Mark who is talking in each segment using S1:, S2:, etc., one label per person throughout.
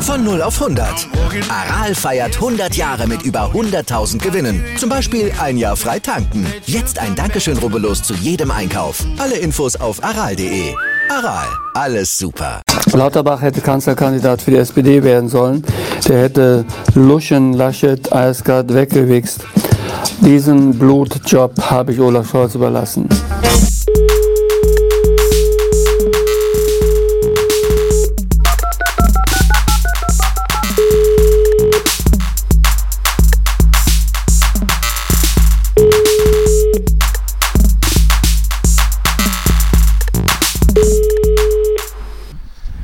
S1: Von 0 auf 100. Aral feiert 100 Jahre mit über 100.000 Gewinnen. Zum Beispiel ein Jahr frei tanken. Jetzt ein Dankeschön, rubbellos zu jedem Einkauf. Alle Infos auf aral.de. Aral, alles super.
S2: Lauterbach hätte Kanzlerkandidat für die SPD werden sollen. Der hätte Luschen, Laschet, Eiskart weggewichst. Diesen Blutjob habe ich Olaf Scholz überlassen.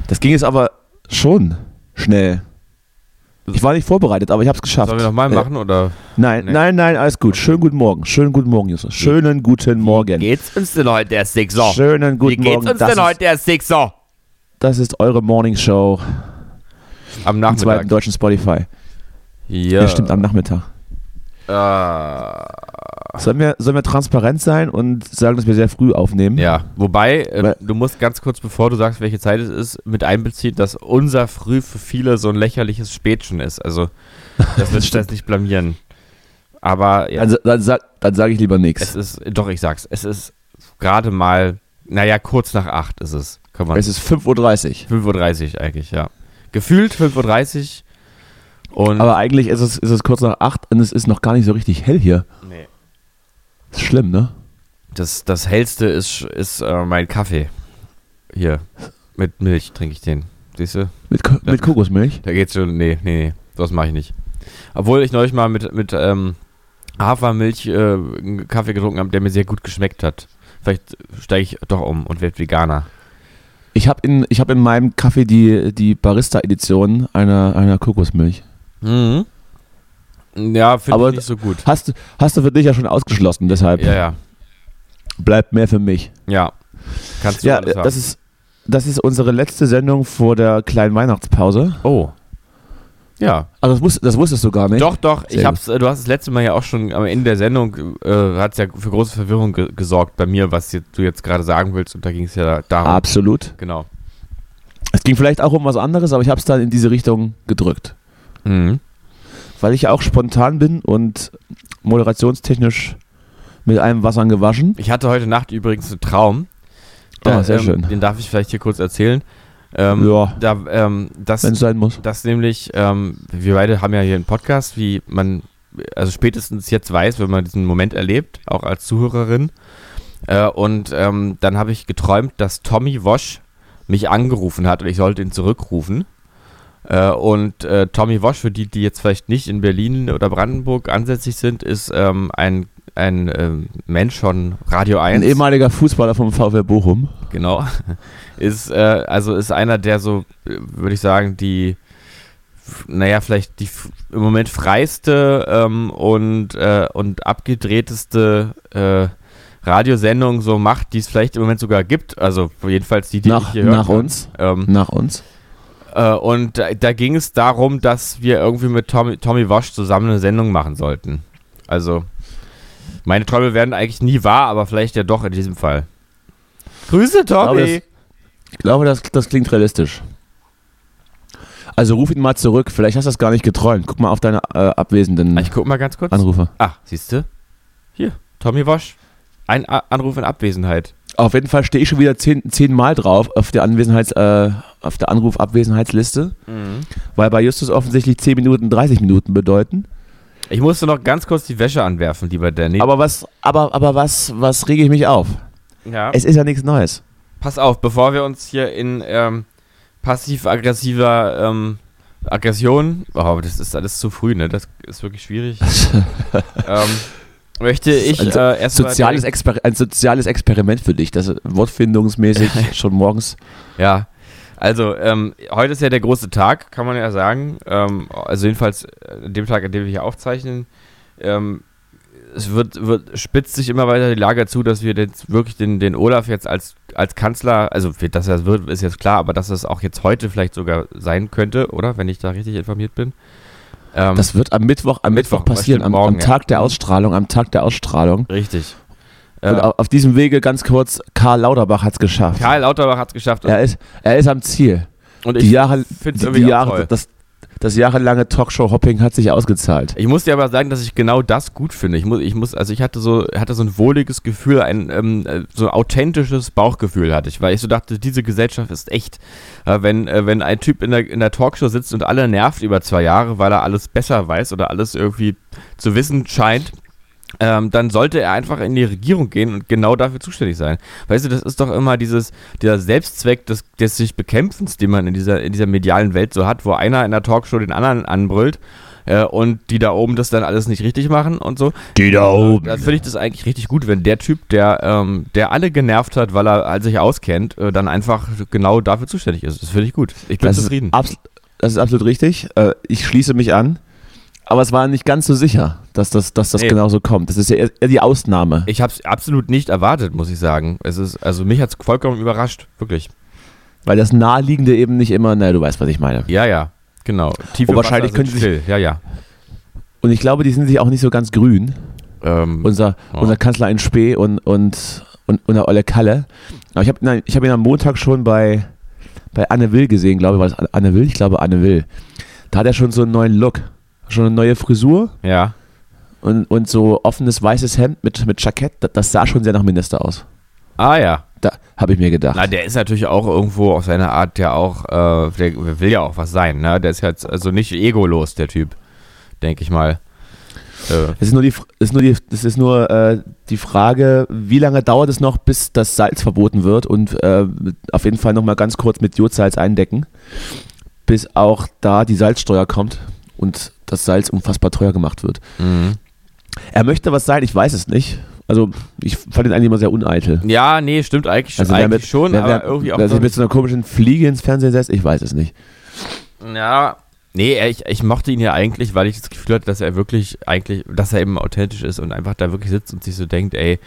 S3: Das ging jetzt aber schon schnell. Ich war nicht vorbereitet, aber ich habe es geschafft.
S4: Sollen wir nochmal
S3: Äh,
S4: machen oder?
S3: Nein,
S4: Nee.
S3: nein, nein, alles gut. Schönen guten Morgen. Schönen guten Morgen, Justus. Schönen guten Morgen.
S4: Geht's uns denn heute erst sechs so?
S3: Schönen guten Morgen. das, ist,
S4: erst sechs so?
S3: das ist eure Morning Show
S4: Am
S3: am zweiten
S4: Nachmittag.
S3: deutschen Spotify.
S4: Ja.
S3: Ja, stimmt,
S4: äh,
S3: am Nachmittag.
S4: Ah.
S3: Sollen wir, sollen wir transparent sein und sagen, dass wir sehr früh aufnehmen?
S4: Ja, wobei, äh,
S3: Weil-
S4: du musst ganz kurz, bevor du sagst, welche Zeit es ist, mit einbeziehen, dass unser Früh für viele so ein lächerliches Spät schon ist. Also, das wird das nicht blamieren. Aber ja,
S3: Also, dann sage dann sag ich lieber
S4: es
S3: nichts.
S4: ist, doch, ich sag's, es ist gerade mal, naja, kurz nach acht ist es. Kann man.
S3: Es ist 5.30 Uhr.
S4: 5.30 Uhr eigentlich, ja. Gefühlt 5.30 Uhr. Und
S3: Aber eigentlich ist es, ist es kurz nach 8 und es ist noch gar nicht so richtig hell hier.
S4: nee.
S3: Das ist schlimm, ne?
S4: das, das hellste ist, ist äh, mein Kaffee. Hier. Mit Milch trinke ich den. Siehst du?
S3: Mit, Ko- mit Kokosmilch.
S4: Da geht's schon. Nee, nee, nee. Das mache ich nicht. Obwohl ich neulich mal mit, mit ähm, Hafermilch äh, einen Kaffee getrunken habe, der mir sehr gut geschmeckt hat. Vielleicht steige ich doch um und werde Veganer.
S3: Ich habe in, ich hab in meinem Kaffee die, die Barista-Edition einer, einer Kokosmilch.
S4: Mhm. Ja, finde
S3: Aber-
S4: ich nicht so gut.
S3: Hast, du- hast du für dich ja schon ausgeschlossen, deshalb
S4: Ja, ja.
S3: bleibt mehr für mich.
S4: Ja. Kannst du
S3: Ja, äh,
S4: alles haben.
S3: das ist, das ist unsere letzte Sendung vor der kleinen Weihnachtspause.
S4: oh. Ja.
S3: Also das, wus das wusstest du gar nicht.
S4: Doch, doch.
S3: Sehr
S4: Ich hab's, äh, du hast das letzte Mal ja auch schon am Ende der Sendung, äh, hat es ja für große Verwirrung ge gesorgt bei mir, was jetzt, du jetzt gerade sagen willst. Und da ging es ja da- darum.
S3: Absolut.
S4: Genau.
S3: Es ging vielleicht auch um was anderes, aber ich habe es dann in diese Richtung gedrückt.
S4: Mhm.
S3: Weil ich ja auch spontan bin und moderationstechnisch mit einem Wassern gewaschen.
S4: Ich hatte heute Nacht übrigens einen Traum.
S3: Ah,
S4: Äh,
S3: sehr
S4: ähm,
S3: schön.
S4: Den darf ich vielleicht hier kurz erzählen. Ähm,
S3: Ja,
S4: Da, ähm, das,
S3: wenn es sein muss.
S4: dass nämlich, ähm, wir beide haben ja hier einen Podcast, wie man, also spätestens jetzt weiß, wenn man diesen Moment erlebt, auch als Zuhörerin. Äh, und ähm, dann habe ich geträumt, dass Tommy Wosch mich angerufen hat und ich sollte ihn zurückrufen. Äh, und äh, Tommy Wosch, für die, die jetzt vielleicht nicht in Berlin oder Brandenburg ansässig sind, ist ähm, ein, ein ähm, Mensch von Radio 1
S3: Ein ehemaliger Fußballer vom VfB Bochum.
S4: genau. Ist, äh, also ist einer, der so, äh, würde ich sagen, die, f- naja, vielleicht die f- im Moment freiste ähm, und, äh, und abgedrehteste äh, Radiosendung so macht, die es vielleicht im Moment sogar gibt. Also jedenfalls die, die ich
S3: Nach,
S4: hier hören
S3: nach
S4: kann.
S3: uns.
S4: Ähm,
S3: Nach uns.
S4: äh, und da, da ging es darum, dass wir irgendwie mit Tommy, Tommy Wash zusammen eine Sendung machen sollten. Also, meine Träume werden eigentlich nie wahr, aber vielleicht ja doch in diesem Fall. Grüße,
S3: glaube,
S4: Tommy!
S3: Ich glaube, das, das klingt realistisch. Also ruf ihn mal zurück. Vielleicht hast du das gar nicht geträumt. Guck mal auf deine äh, abwesenden
S4: Ah, Ich guck mal ganz kurz.
S3: Anrufe.
S4: Ah, siehst du? Hier, Tommy Wasch. Ein A Anruf in Abwesenheit.
S3: Auf jeden Fall stehe ich schon wieder zehn, zehnmal drauf auf der Anwesenheits, äh, auf der Anrufabwesenheitsliste, weil bei Justus offensichtlich 10 Minuten 30 Minuten bedeuten.
S4: Ich musste noch ganz kurz die Wäsche anwerfen, lieber Danny.
S3: Aber was, aber, aber was, was rege ich mich auf?
S4: ja.
S3: Es ist ja nichts Neues.
S4: pass auf, bevor wir uns hier in ähm, passiv-aggressiver ähm, Aggression, oh, das ist alles zu früh, ne? Das ist wirklich schwierig. ähm, möchte ich
S3: Also,
S4: äh, erstmal
S3: Soziales
S4: direkt-
S3: Exper ein soziales Experiment für dich, das wortfindungsmäßig schon morgens.
S4: Ja. Also, ähm, heute ist ja der große Tag, kann man ja sagen. Ähm, also jedenfalls äh, an dem Tag, an dem wir hier aufzeichnen. Ähm, es wird, wird, spitzt sich immer weiter die Lage zu, dass wir jetzt wirklich den, den Olaf jetzt als, als Kanzler, also wie- dass er es wird, ist jetzt klar, aber dass es auch jetzt heute vielleicht sogar sein könnte, oder? Wenn ich da richtig informiert bin. Ähm,
S3: Das wird am Mittwoch, am
S4: Mittwoch,
S3: Mittwoch passieren, am,
S4: bestimmt morgen,
S3: am Tag
S4: ja.
S3: der Ausstrahlung, am Tag der Ausstrahlung.
S4: richtig. Äh,
S3: Und au- auf diesem Wege ganz kurz, Karl Lauterbach hat es geschafft.
S4: Karl Lauterbach hat es geschafft.
S3: er, ist, er ist am Ziel.
S4: und
S3: Die Jahre,
S4: find's
S3: die,
S4: irgendwie
S3: die
S4: auch
S3: Jahre
S4: toll.
S3: das, das jahrelange Talkshow-Hopping hat sich ausgezahlt.
S4: Ich muss dir aber sagen, dass ich genau das gut finde. Ich muss, ich muss, also ich hatte so, hatte so ein wohliges Gefühl, ein ähm, äh, so ein authentisches Bauchgefühl hatte ich, weil ich so dachte, diese Gesellschaft ist echt. Äh, wenn, äh, wenn ein Typ in der, in der Talkshow sitzt und alle nervt über zwei Jahre, weil er alles besser weiß oder alles irgendwie zu wissen scheint, ähm, dann sollte er einfach in die Regierung gehen und genau dafür zuständig sein. Weißt du, das ist doch immer dieses, dieser Selbstzweck des, des sich Bekämpfens, den man in dieser, in dieser medialen Welt so hat, wo einer in der Talkshow den anderen anbrüllt äh, und die da oben das dann alles nicht richtig machen und so.
S3: Die da
S4: Da finde ich das eigentlich richtig gut, wenn der Typ, der, ähm, der alle genervt hat, weil er sich auskennt, äh, dann einfach genau dafür zuständig ist. Das finde ich gut. Ich bin
S3: Das ist,
S4: zufrieden.
S3: abs- das ist absolut richtig. Äh, Ich schließe mich an. Aber es war nicht ganz so sicher, dass das, dass das
S4: Nee.
S3: genauso kommt. Das ist ja eher eher die Ausnahme.
S4: Ich habe es absolut nicht erwartet, muss ich sagen. Es ist, also mich hat es vollkommen überrascht, wirklich.
S3: Weil das Naheliegende eben nicht immer, naja, du weißt, was ich meine.
S4: Ja, ja, genau. Tiefe
S3: Und wahrscheinlich
S4: Wasser sind
S3: können sie
S4: still. Ja, ja.
S3: Und ich glaube, die sind sich auch nicht so ganz grün.
S4: Ähm,
S3: Unser,
S4: Ja.
S3: unser Kanzler in Spee und, und, und, und der Olle Kalle. Aber ich habe nein, ich hab ihn am Montag schon bei, bei Anne Will gesehen, glaube ich. War das Anne Will? Ich glaube, Anne Will. Da hat er schon so einen neuen Look. Schon eine neue Frisur
S4: ja.
S3: und, und so offenes weißes Hemd mit, mit Jackett. Das, das sah schon sehr nach Minister aus.
S4: Ah ja.
S3: Da habe ich mir gedacht.
S4: Na, der ist natürlich auch irgendwo auf seine Art ja auch, äh, der will ja auch was sein, ne? Der ist jetzt also nicht egolos, der Typ, denke ich mal. Äh,
S3: Es ist nur, die, Fr- es ist nur, die, es ist nur äh, die Frage, wie lange dauert es noch, bis das Salz verboten wird und äh, auf jeden Fall nochmal ganz kurz mit Jodsalz eindecken, bis auch da die Salzsteuer kommt und das Salz unfassbar teuer gemacht wird.
S4: mhm.
S3: Er möchte was sein, ich weiß es nicht. Also ich fand ihn eigentlich immer sehr uneitel.
S4: ja, nee, stimmt eigentlich,
S3: Also
S4: eigentlich
S3: wer mit-
S4: schon,
S3: wer,
S4: aber
S3: wer,
S4: irgendwie auch.
S3: Wer sich
S4: noch-
S3: mit so einer komischen Fliege ins Fernsehen setzt, ich weiß es nicht.
S4: Ja. Nee, er- ich, ich mochte ihn ja eigentlich, weil ich das Gefühl hatte, dass er wirklich, eigentlich, dass er eben authentisch ist und einfach da wirklich sitzt und sich so denkt, ey,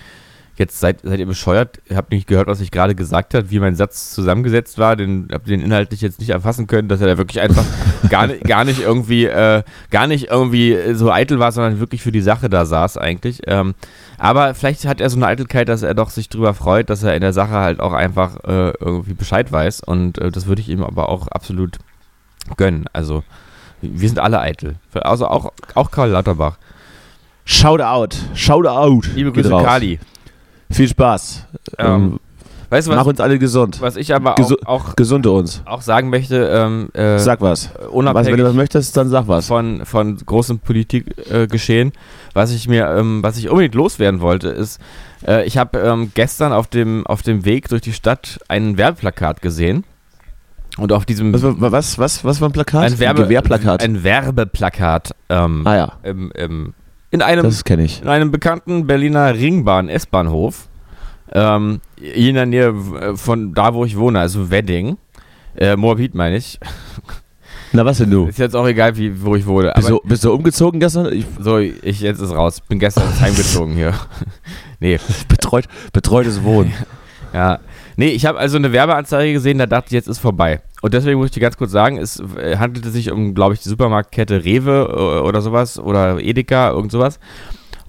S4: jetzt seid, seid ihr bescheuert, ihr habt nicht gehört, was ich gerade gesagt habe, wie mein Satz zusammengesetzt war, den hab den inhaltlich jetzt nicht erfassen können, dass er da wirklich einfach gar, nicht, gar nicht irgendwie, äh, gar nicht irgendwie so eitel war, sondern wirklich für die Sache da saß eigentlich. Ähm, aber vielleicht hat er so eine Eitelkeit, dass er doch sich drüber freut, dass er in der Sache halt auch einfach äh, irgendwie Bescheid weiß und äh, das würde ich ihm aber auch absolut gönnen. Also wir sind alle eitel. Also auch, auch Karl Lauterbach.
S3: Shout out, shout out.
S4: Liebe
S3: Geht
S4: Grüße,
S3: raus.
S4: Kali.
S3: Viel Spaß.
S4: Ähm, weißt du,
S3: Mach
S4: was,
S3: uns alle gesund.
S4: was ich aber auch,
S3: Gesu-
S4: auch,
S3: Gesunde uns.
S4: auch sagen möchte, ähm, äh,
S3: Sag was. Was, wenn du
S4: unabhängig
S3: was möchtest, dann sag was.
S4: von, von großem Politikgeschehen, äh, Geschehen. was ich mir, ähm, was ich unbedingt loswerden wollte, ist, äh, ich habe ähm, gestern auf dem, auf dem Weg durch die Stadt ein Werbeplakat gesehen. Und auf diesem
S3: Was, war- was, was, was war ein Plakat?
S4: ein, Werbe,
S3: ein Gewehrplakat.
S4: ein Werbeplakat ähm,
S3: ah ja,
S4: im, im, in einem
S3: das kenne ich.
S4: in einem bekannten Berliner Ringbahn-S-Bahnhof, ähm, hier in der Nähe äh, von da, wo ich wohne, also Wedding. Äh, Moabit meine ich.
S3: Na, was denn du?
S4: Ist jetzt auch egal, wie, wo ich wohne.
S3: Bist du, bist du umgezogen gestern? Ich
S4: so, ich jetzt ist raus. Bin gestern heimgezogen hier. nee,
S3: betreut, betreutes Wohnen.
S4: ja. Nee, ich habe also eine Werbeanzeige gesehen, da dachte ich, jetzt ist vorbei. Und deswegen muss ich dir ganz kurz sagen, es äh, handelte sich um, glaube ich, die Supermarktkette Rewe äh, oder sowas oder Edeka, irgend sowas.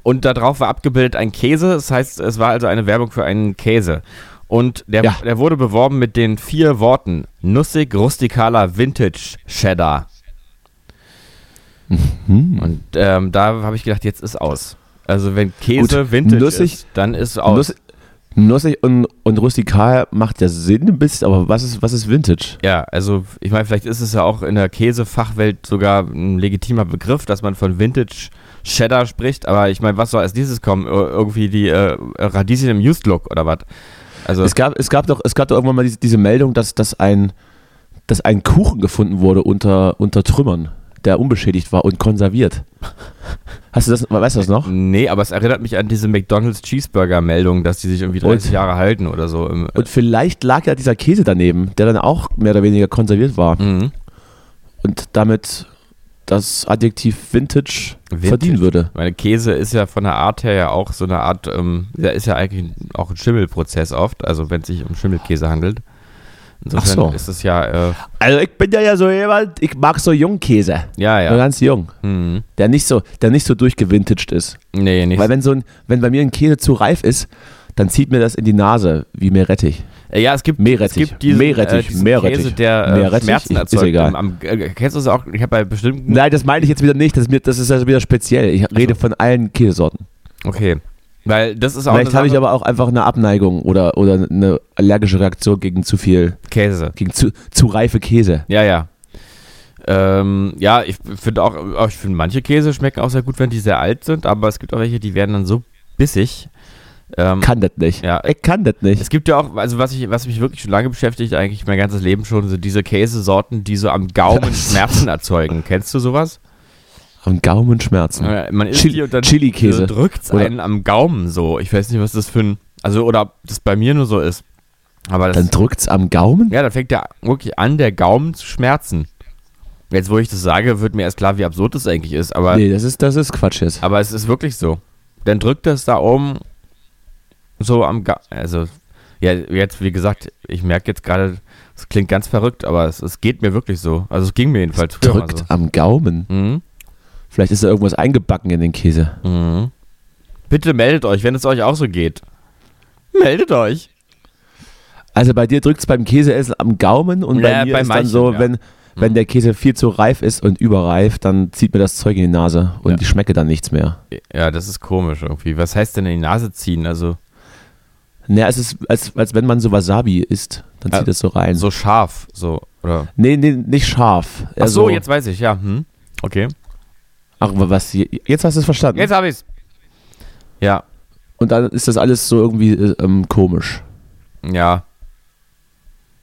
S4: Und da drauf war abgebildet ein Käse. Das heißt, es war also eine Werbung für einen Käse. Und der,
S3: Ja.
S4: der wurde beworben mit den vier Worten nussig, rustikaler, vintage, cheddar. Und ähm, da habe ich gedacht, jetzt ist aus. Also wenn Käse
S3: Mhm. Gut,
S4: vintage
S3: nussig-
S4: ist, dann ist aus.
S3: Nuss, nussig und, und rustikal macht ja Sinn ein bisschen, aber was ist, was ist Vintage?
S4: Ja, also ich meine, vielleicht ist es ja auch in der Käsefachwelt sogar ein legitimer Begriff, dass man von Vintage Cheddar spricht, aber ich meine, was soll als dieses kommen? Ir- Irgendwie die äh, Radieschen im Used Look oder was? Also
S3: Es gab, es, gab doch, es gab doch irgendwann mal diese, diese Meldung, dass, dass, ein, dass ein Kuchen gefunden wurde unter, unter Trümmern, der unbeschädigt war und konserviert. Hast du das, weißt du das noch?
S4: nee, aber es erinnert mich an diese McDonald's Cheeseburger Meldung, dass die sich irgendwie 30
S3: Und-
S4: Jahre halten oder so. Im,
S3: Und vielleicht lag ja dieser Käse daneben, der dann auch mehr oder weniger konserviert war.
S4: Mhm.
S3: und damit das Adjektiv Vintage,
S4: Vintage.
S3: verdienen würde.
S4: Meine Käse ist ja von der Art her ja auch so eine Art, ähm, ja, ist ja eigentlich auch ein Schimmelprozess oft, also wenn es sich um Schimmelkäse handelt. Insofern
S3: Ach so.
S4: ist es ja, äh,
S3: Also ich bin ja ja so jemand, ich mag so Jungkäse.
S4: ja,
S3: Nur
S4: ja.
S3: ganz jung.
S4: Hm.
S3: Der nicht so, der nicht so durchgevintaged ist.
S4: Nee, nicht.
S3: Weil wenn so ein, wenn bei mir ein Käse zu reif ist, dann zieht mir das in die Nase, wie Meerrettich.
S4: Äh, Ja, es gibt,
S3: Meerrettich,
S4: es gibt diesen,
S3: Meerrettich,
S4: äh, diesen
S3: Meerrettich,
S4: Käse, der äh,
S3: Meerrettich,
S4: Schmerzen
S3: ist
S4: erzeugt.
S3: egal.
S4: Am, äh, kennst du das auch? Ich habe bei bestimmten.
S3: Nein, das meine ich jetzt wieder nicht. Das ist, mir, das ist also wieder speziell. Ich rede von allen Käsesorten.
S4: Okay. Weil das ist auch
S3: Vielleicht
S4: eine
S3: habe ich
S4: Sache-
S3: aber auch einfach eine Abneigung oder, oder eine allergische Reaktion gegen zu viel,
S4: Käse.
S3: gegen zu, zu reife Käse.
S4: Ja, ja. Ähm, ja, ich finde auch, auch äh, ich finde manche Käse schmecken auch sehr gut, wenn die sehr alt sind, aber es gibt auch welche, die werden dann so bissig. Ähm,
S3: Kann das nicht.
S4: Ja.
S3: Ich kann das nicht.
S4: es gibt ja auch, also was ich, was mich wirklich schon lange beschäftigt, eigentlich mein ganzes Leben schon, sind diese Käsesorten, die so am Gaumen Schmerzen erzeugen. Kennst du sowas?
S3: Und Gaumenschmerzen.
S4: Äh, Man isst
S3: Chili-
S4: die und dann
S3: Chili-Käse.
S4: drückt es
S3: Oder-
S4: einen am Gaumen so. Ich weiß nicht, was das für ein, also oder ob das bei mir nur so ist. Aber das,
S3: Dann drückt's am Gaumen?
S4: Ja, dann fängt der wirklich an, der Gaumen zu schmerzen. Jetzt, wo ich das sage, wird mir erst klar, wie absurd das eigentlich ist. Aber,
S3: Nee, das ist, das ist Quatsch jetzt.
S4: aber es ist wirklich so. Dann drückt das da oben so am Ga Also, ja, jetzt, wie gesagt, ich merke jetzt gerade, es klingt ganz verrückt, aber es, es geht mir wirklich so. Also, es ging mir jedenfalls früher mal
S3: Drückt am Gaumen.
S4: so. Mhm.
S3: Vielleicht ist da irgendwas eingebacken in den Käse.
S4: Mhm. Bitte meldet euch, wenn es euch auch so geht. Meldet euch.
S3: Also bei dir drückt es beim Käseessen am Gaumen und bei
S4: Ja,
S3: mir
S4: bei
S3: ist
S4: manchen,
S3: dann so,
S4: ja. Hm.
S3: wenn, wenn der Käse viel zu reif ist und überreif, dann zieht mir das Zeug in die Nase und
S4: Ja.
S3: ich schmecke dann nichts mehr.
S4: Ja, das ist komisch irgendwie. Was heißt denn in die Nase ziehen? Also,
S3: Naja, es ist, als, als wenn man so Wasabi isst, dann
S4: Ah,
S3: zieht es so rein.
S4: so scharf, so, oder?
S3: Nee, nee, nicht scharf.
S4: Ach so,
S3: Also-
S4: jetzt weiß ich, ja. Hm. Okay.
S3: Ach, was, jetzt hast du es verstanden.
S4: Jetzt habe ich's. Ja,
S3: Und dann ist das alles so irgendwie äh, ähm, komisch.
S4: ja.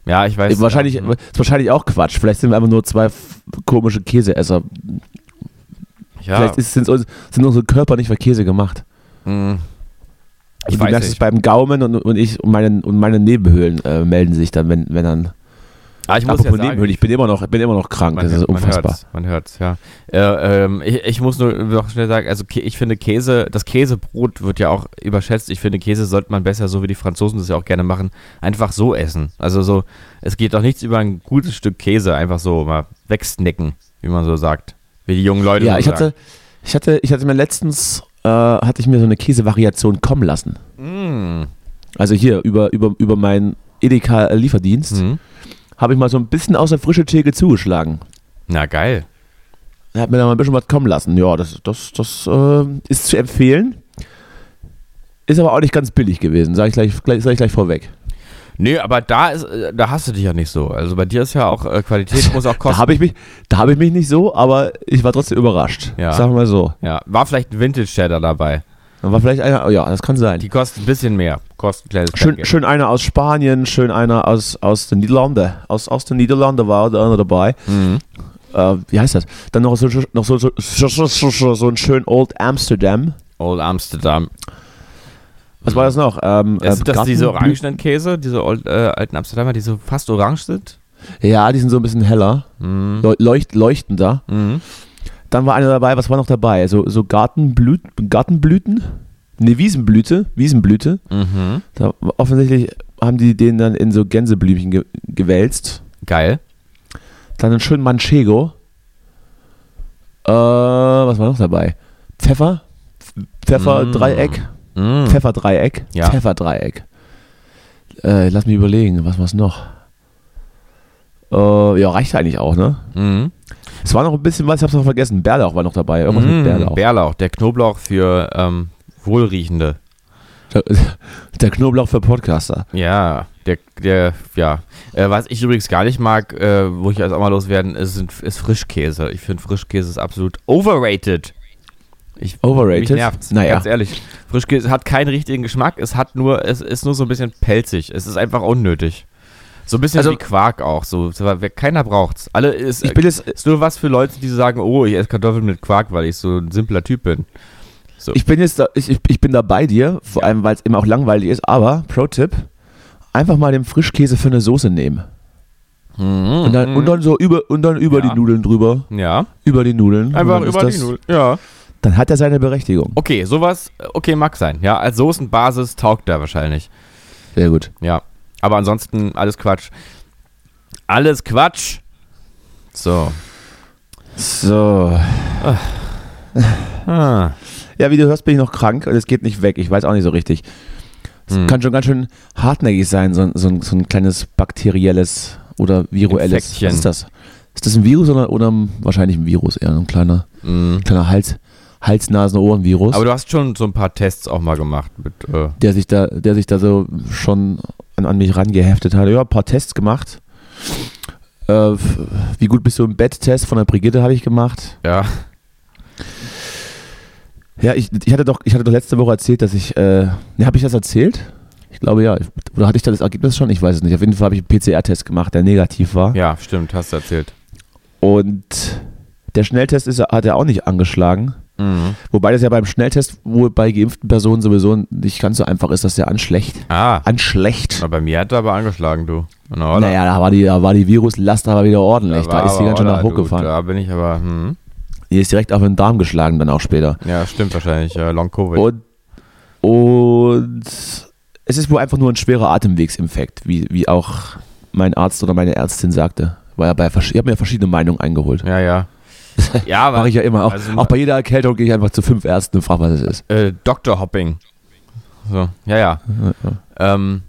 S4: Ja, ich weiß.
S3: wahrscheinlich,
S4: Ja,
S3: ist wahrscheinlich auch Quatsch. Vielleicht sind wir einfach nur zwei f- komische Käseesser.
S4: ja.
S3: Vielleicht ist, sind, uns, sind unsere Körper nicht für Käse gemacht.
S4: hm.
S3: Und
S4: ich
S3: du
S4: weiß
S3: merkst es
S4: nicht.
S3: beim Gaumen und, und ich und meine, und meine Nebenhöhlen äh, melden sich dann, wenn, wenn dann.
S4: Aber Ah, ich muss ja
S3: Apropos
S4: sagen,
S3: Nebenhöhlen, ich bin immer noch, bin immer noch krank.
S4: man,
S3: das ist
S4: hört- man
S3: unfassbar.
S4: hört's, man hört's, ja. Äh, ähm, ich, ich muss nur noch schnell sagen, also Kä- ich finde Käse, das Käsebrot wird ja auch überschätzt. Ich finde Käse sollte man besser, so wie die Franzosen das ja auch gerne machen, einfach so essen. Also so, es geht doch nichts über ein gutes Stück Käse, einfach so mal wegsnacken, wie man so sagt. Wie die jungen Leute
S3: Ja,
S4: so
S3: ich
S4: sagen.
S3: hatte, ich hatte, ich hatte mir letztens äh, hatte ich mir so eine Käsevariation kommen lassen.
S4: Mm.
S3: Also hier über, über, über meinen Edeka-Lieferdienst
S4: Mhm.
S3: habe ich mal so ein bisschen aus der frischen Theke zugeschlagen.
S4: Na geil.
S3: Er hat mir da mal ein bisschen was kommen lassen. Ja, das, das, das äh, ist zu empfehlen. Ist aber auch nicht ganz billig gewesen, sage ich gleich, gleich, sag ich gleich vorweg.
S4: Nee, aber da ist, äh, da hast du dich ja nicht so. Also bei dir ist ja auch äh, Qualität muss auch
S3: Da
S4: kosten.
S3: habe ich, mich- da hab ich mich nicht so, aber ich war trotzdem überrascht.
S4: Ja.
S3: Sagen wir mal so.
S4: ja, war vielleicht ein Vintage-Cheddar dabei.
S3: Dann war vielleicht einer, oh ja, das kann sein.
S4: Die kosten ein bisschen mehr. Kosten ein kleines
S3: Schön,
S4: Päckchen.
S3: schön einer aus Spanien, schön einer aus, aus den Niederlanden. Aus, aus den Niederlanden war der andere dabei.
S4: Mhm.
S3: Äh, wie heißt das? Dann noch so, noch so, so, so, so, so, so, so ein schön Old Amsterdam.
S4: Old Amsterdam.
S3: Was war das noch? Ähm,
S4: Mhm. Ja, sind
S3: äh,
S4: das diese
S3: Gartenblü-
S4: orangenen Käse, diese old, äh, alten Amsterdamer, die so fast orange sind?
S3: Ja, die sind so ein bisschen heller, leu- leucht, leuchtender.
S4: Mhm.
S3: Dann war einer dabei, was war noch dabei? Also, So, so Gartenblüt, Gartenblüten? Ne, Wiesenblüte. Wiesenblüte.
S4: Mhm.
S3: Da, offensichtlich haben die den dann in so Gänseblümchen ge gewälzt.
S4: Geil.
S3: Dann einen schönen Manchego. Äh, was war noch dabei? Pfeffer. Pfefferdreieck.
S4: Mhm.
S3: Pfefferdreieck.
S4: Ja.
S3: Pfefferdreieck. Äh, lass mich überlegen, was war's noch? Äh, ja, reicht eigentlich auch, ne?
S4: Mhm.
S3: Es war noch ein bisschen was, ich hab's noch vergessen. Bärlauch war noch dabei. Irgendwas mit Bärlauch.
S4: Mhm. Bärlauch, der Knoblauch für ähm, Wohlriechende.
S3: Der Knoblauch für Podcaster.
S4: Ja, der, der, ja. Äh, was ich übrigens gar nicht mag, äh, wo ich jetzt auch mal loswerden, ist, sind- ist Frischkäse. Ich finde Frischkäse ist absolut overrated. Ich,
S3: Overrated?
S4: Mich nervt's,
S3: Naja.
S4: ganz ehrlich. Frischkäse hat keinen richtigen Geschmack, es hat nur, es ist nur so ein bisschen pelzig. Es ist einfach unnötig. So ein bisschen
S3: Also-
S4: wie Quark auch. So, so, wer- keiner braucht's. Alle ist,
S3: Ich bin jetzt,
S4: ist nur was für Leute, die sagen, oh, ich esse Kartoffeln mit Quark, weil ich so ein simpler Typ bin.
S3: ich bin jetzt, da, ich, ich- ich bin da bei dir, vor allem weil es eben auch langweilig ist, aber Pro-Tipp, einfach mal den Frischkäse für eine Soße nehmen. Und dann, und dann so über, und dann über
S4: Ja.
S3: die Nudeln drüber,
S4: Ja.
S3: über die Nudeln.
S4: Einfach
S3: und dann ist
S4: über
S3: das,
S4: die Null. Ja.
S3: Dann hat er seine Berechtigung.
S4: Okay, sowas, äh, okay, mag sein. Ja, als Soßenbasis taugt da wahrscheinlich.
S3: Sehr gut.
S4: Ja. Aber ansonsten alles Quatsch. Alles Quatsch. So.
S3: So.
S4: Ah.
S3: Ja, wie du hörst, bin ich noch krank und es geht nicht weg. Ich weiß auch nicht so richtig. Es
S4: Hm.
S3: kann schon ganz schön hartnäckig sein, so, ein- so, ein- so ein kleines bakterielles oder viruelles.
S4: Infektchen.
S3: Was ist das? Ist das ein Virus oder, oder ein- wahrscheinlich ein Virus eher? Ein kleiner,
S4: Mhm.
S3: kleiner Hals, Hals, Nasen, Ohren-Virus,
S4: Aber du hast schon so ein paar Tests auch mal gemacht. Mit, äh,
S3: der sich da, der sich da so schon an, an mich rangeheftet hat. Ja, ein paar Tests gemacht. Äh, f- wie gut bist du im Bett-Test von der Brigitte habe ich gemacht.
S4: ja.
S3: Ja, ich, ich, hatte doch, ich hatte doch letzte Woche erzählt, dass ich. Äh, ne, habe ich das erzählt? Ich glaube ja. Oder hatte ich da das Ergebnis schon? Ich weiß es nicht. Auf jeden Fall habe ich einen PCR-Test gemacht, der negativ war.
S4: ja, stimmt, hast du erzählt.
S3: Und der Schnelltest ist, hat er auch nicht angeschlagen.
S4: Mhm.
S3: Wobei das ja beim Schnelltest wohl bei geimpften Personen sowieso nicht ganz so einfach ist, dass der anschlecht.
S4: Ah,
S3: Anschlecht.
S4: na, bei mir hat er aber angeschlagen, du. Na, oder?
S3: Naja, da war die, da war die Viruslast aber wieder ordentlich. Da,
S4: war
S3: ist die
S4: aber,
S3: ganz schön
S4: oder,
S3: nach
S4: du,
S3: hochgefahren.
S4: Da bin ich aber, hm.
S3: Die ist direkt auf den Darm geschlagen, dann auch später.
S4: ja, stimmt wahrscheinlich, äh, ja, Long-Covid.
S3: Und, und es ist wohl einfach nur ein schwerer Atemwegsinfekt, wie, wie auch mein Arzt oder meine Ärztin sagte. Weil er bei, versch- ich habe mir verschiedene Meinungen eingeholt.
S4: Ja, ja. Ja, aber
S3: Mache ich ja immer. Auch,
S4: Also,
S3: auch bei jeder Erkältung gehe ich einfach zu fünf Ärzten und frage, was es ist.
S4: äh, Dr. Hopping. So, ja, ja. Ähm,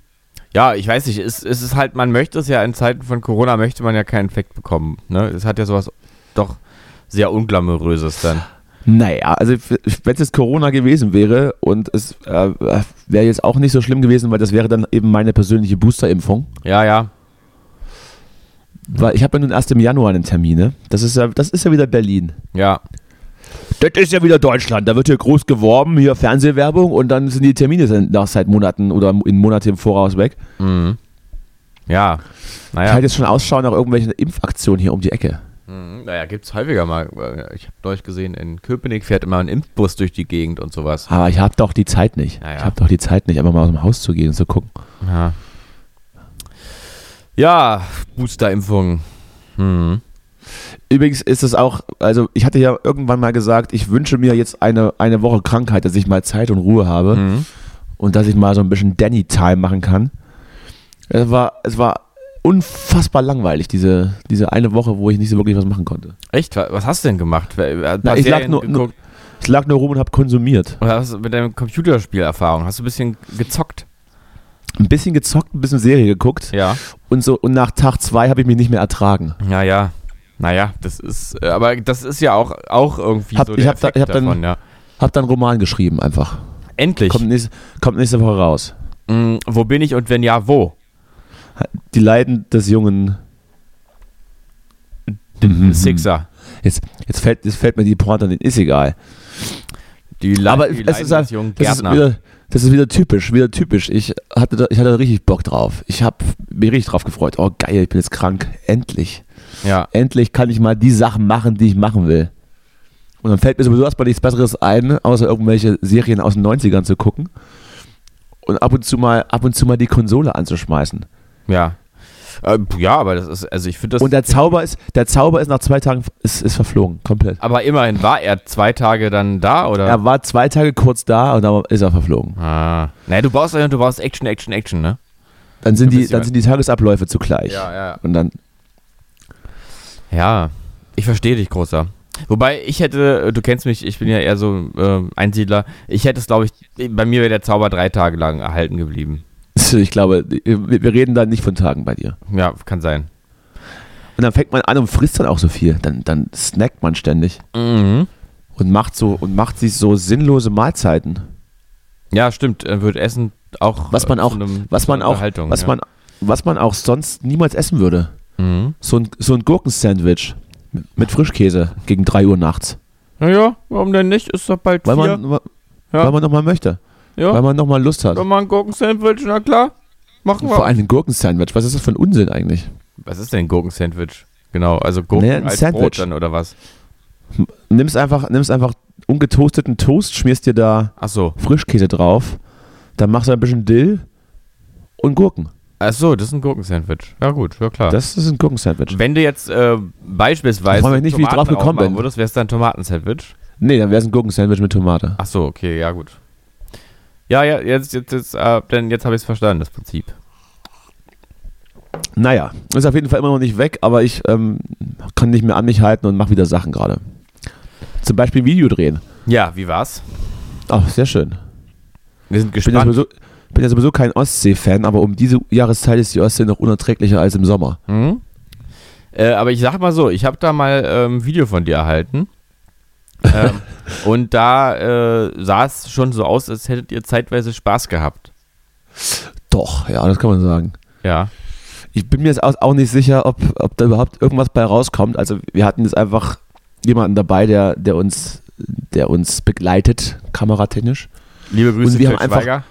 S4: ja, ich weiß nicht, es, es ist halt, man möchte es ja in Zeiten von Corona, möchte man ja keinen Infekt bekommen. Ne? Es hat ja sowas doch sehr unglamouröses dann.
S3: Naja, also wenn es jetzt Corona gewesen wäre und es äh, wäre jetzt auch nicht so schlimm gewesen, weil das wäre dann eben meine persönliche Boosterimpfung.
S4: Ja, ja.
S3: Weil ich habe ja nun erst im Januar einen Termin. Ne? Das, ist ja, das ist ja wieder Berlin.
S4: Ja,
S3: Das ist ja wieder Deutschland. Da wird hier groß geworben, hier Fernsehwerbung und dann sind die Termine sind nach seit Monaten oder in Monate im Voraus weg.
S4: ja.
S3: Ich
S4: Naja,
S3: halte jetzt schon Ausschau nach irgendwelchen Impfaktionen hier um die Ecke.
S4: Mhm, naja gibt es häufiger mal. Ich habe neulich gesehen, in Köpenick fährt immer ein Impfbus durch die Gegend und sowas.
S3: Aber ich habe doch die Zeit nicht.
S4: Ja, ja.
S3: Ich habe doch die Zeit nicht, einfach mal aus dem Haus zu gehen und zu gucken.
S4: Ja, ja Boosterimpfungen. Mhm.
S3: Übrigens ist es auch, also ich hatte ja irgendwann mal gesagt, ich wünsche mir jetzt eine, eine Woche Krankheit, dass ich mal Zeit und Ruhe habe
S4: Mhm.
S3: und dass ich mal so ein bisschen Danny-Time machen kann. Es war, es war unfassbar langweilig, diese, diese eine Woche, wo ich nicht so wirklich was machen konnte.
S4: Echt? Wa- Was hast du denn gemacht? Wer- wer-
S3: Na,
S4: paar
S3: ich lag
S4: Serien
S3: nur-
S4: geguckt?
S3: Ich lag nur rum und habe konsumiert.
S4: Oder hast du mit deiner Computerspielerfahrung? Hast du ein bisschen gezockt?
S3: Ein bisschen gezockt, ein bisschen Serie geguckt
S4: Ja.
S3: und so und nach Tag zwei habe ich mich nicht mehr ertragen.
S4: Ja, ja. Naja, das ist, äh, aber das ist ja auch, auch irgendwie
S3: Hab-
S4: so
S3: ich hab da- ich hab dann-
S4: ja.
S3: Hab dann Roman geschrieben einfach.
S4: Endlich.
S3: Kommt nächste, kommt nächste Woche raus.
S4: Mm, wo bin ich und wenn ja, wo?
S3: Die Leiden des jungen Mhm.
S4: Sixer.
S3: Jetzt, jetzt, fällt, jetzt fällt mir die Pointe, nicht, ist egal.
S4: Die Le
S3: Aber es
S4: die
S3: ist, halt-
S4: Leidensjungen
S3: das, ist
S4: Gärtner.
S3: wieder, das ist wieder typisch, wieder typisch. Ich hatte da, ich hatte da richtig Bock drauf. Ich habe mich richtig drauf gefreut. Oh geil, ich bin jetzt krank. Endlich.
S4: ja.
S3: endlich kann ich mal die Sachen machen, die ich machen will. Und dann fällt mir sowieso erstmal nichts Besseres ein, außer irgendwelche Serien aus den 90ern zu gucken. Und ab und zu mal, ab und zu mal die Konsole anzuschmeißen.
S4: Ja. Äh, ja, aber das ist, also ich finde das.
S3: Und der Zauber ist, der Zauber ist nach zwei Tagen ist, ist verflogen, komplett.
S4: aber immerhin war er zwei Tage dann da, oder?
S3: Er war zwei Tage kurz da und dann ist er verflogen.
S4: Ah. Naja, du baust ja, du baust Action, Action, Action, ne?
S3: Dann sind,
S4: Du
S3: die,
S4: bist
S3: dann
S4: jemand-
S3: sind die Tagesabläufe zugleich.
S4: ja.
S3: Und dann,
S4: Ja, ich verstehe dich, großer. Wobei ich hätte, du kennst mich, ich bin ja eher so ähm, Einsiedler. Ich hätte es, glaube ich, bei mir wäre der Zauber drei Tage lang erhalten geblieben.
S3: ich glaube, wir wir reden da nicht von Tagen bei dir.
S4: Ja, kann sein.
S3: Und dann fängt man an und frisst dann auch so viel. Dann, dann snackt man ständig
S4: Mhm.
S3: und macht so und macht sich so sinnlose Mahlzeiten.
S4: Ja, stimmt. Dann wird Essen auch.
S3: Was man
S4: äh,
S3: auch-
S4: zu einem-
S3: was man
S4: zu einer
S3: auch,
S4: Unterhaltung,
S3: was
S4: ja.
S3: man, was man auch sonst niemals essen würde.
S4: Mhm.
S3: So ein, so ein Gurkensandwich mit, mit Frischkäse gegen 3 Uhr nachts.
S4: Naja, warum denn nicht? Ist doch bald
S3: Weil
S4: vier.
S3: man, wa- weil man nochmal möchte.
S4: ja,
S3: Weil man nochmal Lust hat.
S4: Wenn man ein Gurkensandwich, na klar. Machen
S3: Und vor allem ein Gurkensandwich. Was ist das für ein Unsinn eigentlich?
S4: Was ist denn ein Gurkensandwich? Genau, also Gurken
S3: Naja, ein
S4: als
S3: Sandwich.
S4: Brot dann oder was?
S3: Nimmst einfach, nimmst einfach ungetoasteten Toast, schmierst dir da
S4: Ach so.
S3: Frischkäse drauf, dann machst du ein bisschen Dill und Gurken.
S4: Ach so, das ist ein Gurkensandwich. Ja gut, ja klar.
S3: Das ist ein Gurkensandwich.
S4: Wenn du jetzt äh, beispielsweise
S3: Ich freu mich nicht, wie ich drauf gekommen
S4: draufmachen
S3: bin.
S4: würdest, wärst du ein Tomatensandwich.
S3: Nee, dann wäre es ein Gurkensandwich mit Tomate.
S4: Ach so, okay, ja gut. Ja, ja, jetzt, jetzt, jetzt, äh, denn jetzt habe ich es verstanden, das Prinzip.
S3: Naja, ist auf jeden Fall immer noch nicht weg, aber ich ähm, kann nicht mehr an mich halten und mache wieder Sachen gerade. Zum Beispiel ein Video drehen.
S4: Ja, wie war's?
S3: Ach, sehr schön.
S4: Wir sind
S3: Ich bin ja
S4: gespannt.
S3: sowieso, bin ja sowieso kein Ostsee-Fan, aber um diese Jahreszeit ist die Ostsee noch unerträglicher als im Sommer.
S4: Mhm. Äh, aber ich sag mal so, ich habe da mal äh, ein Video von dir erhalten. ähm, und da äh, sah es schon so aus, als hättet ihr zeitweise Spaß gehabt.
S3: Doch, ja, das kann man sagen.
S4: Ja.
S3: Ich bin mir jetzt auch, auch nicht sicher, ob, ob da überhaupt irgendwas bei rauskommt. Also wir hatten jetzt einfach jemanden dabei, der, der uns der uns begleitet, kameratechnisch.
S4: Liebe Grüße,
S3: Und wir haben
S4: Till
S3: einfach-
S4: Schweiger.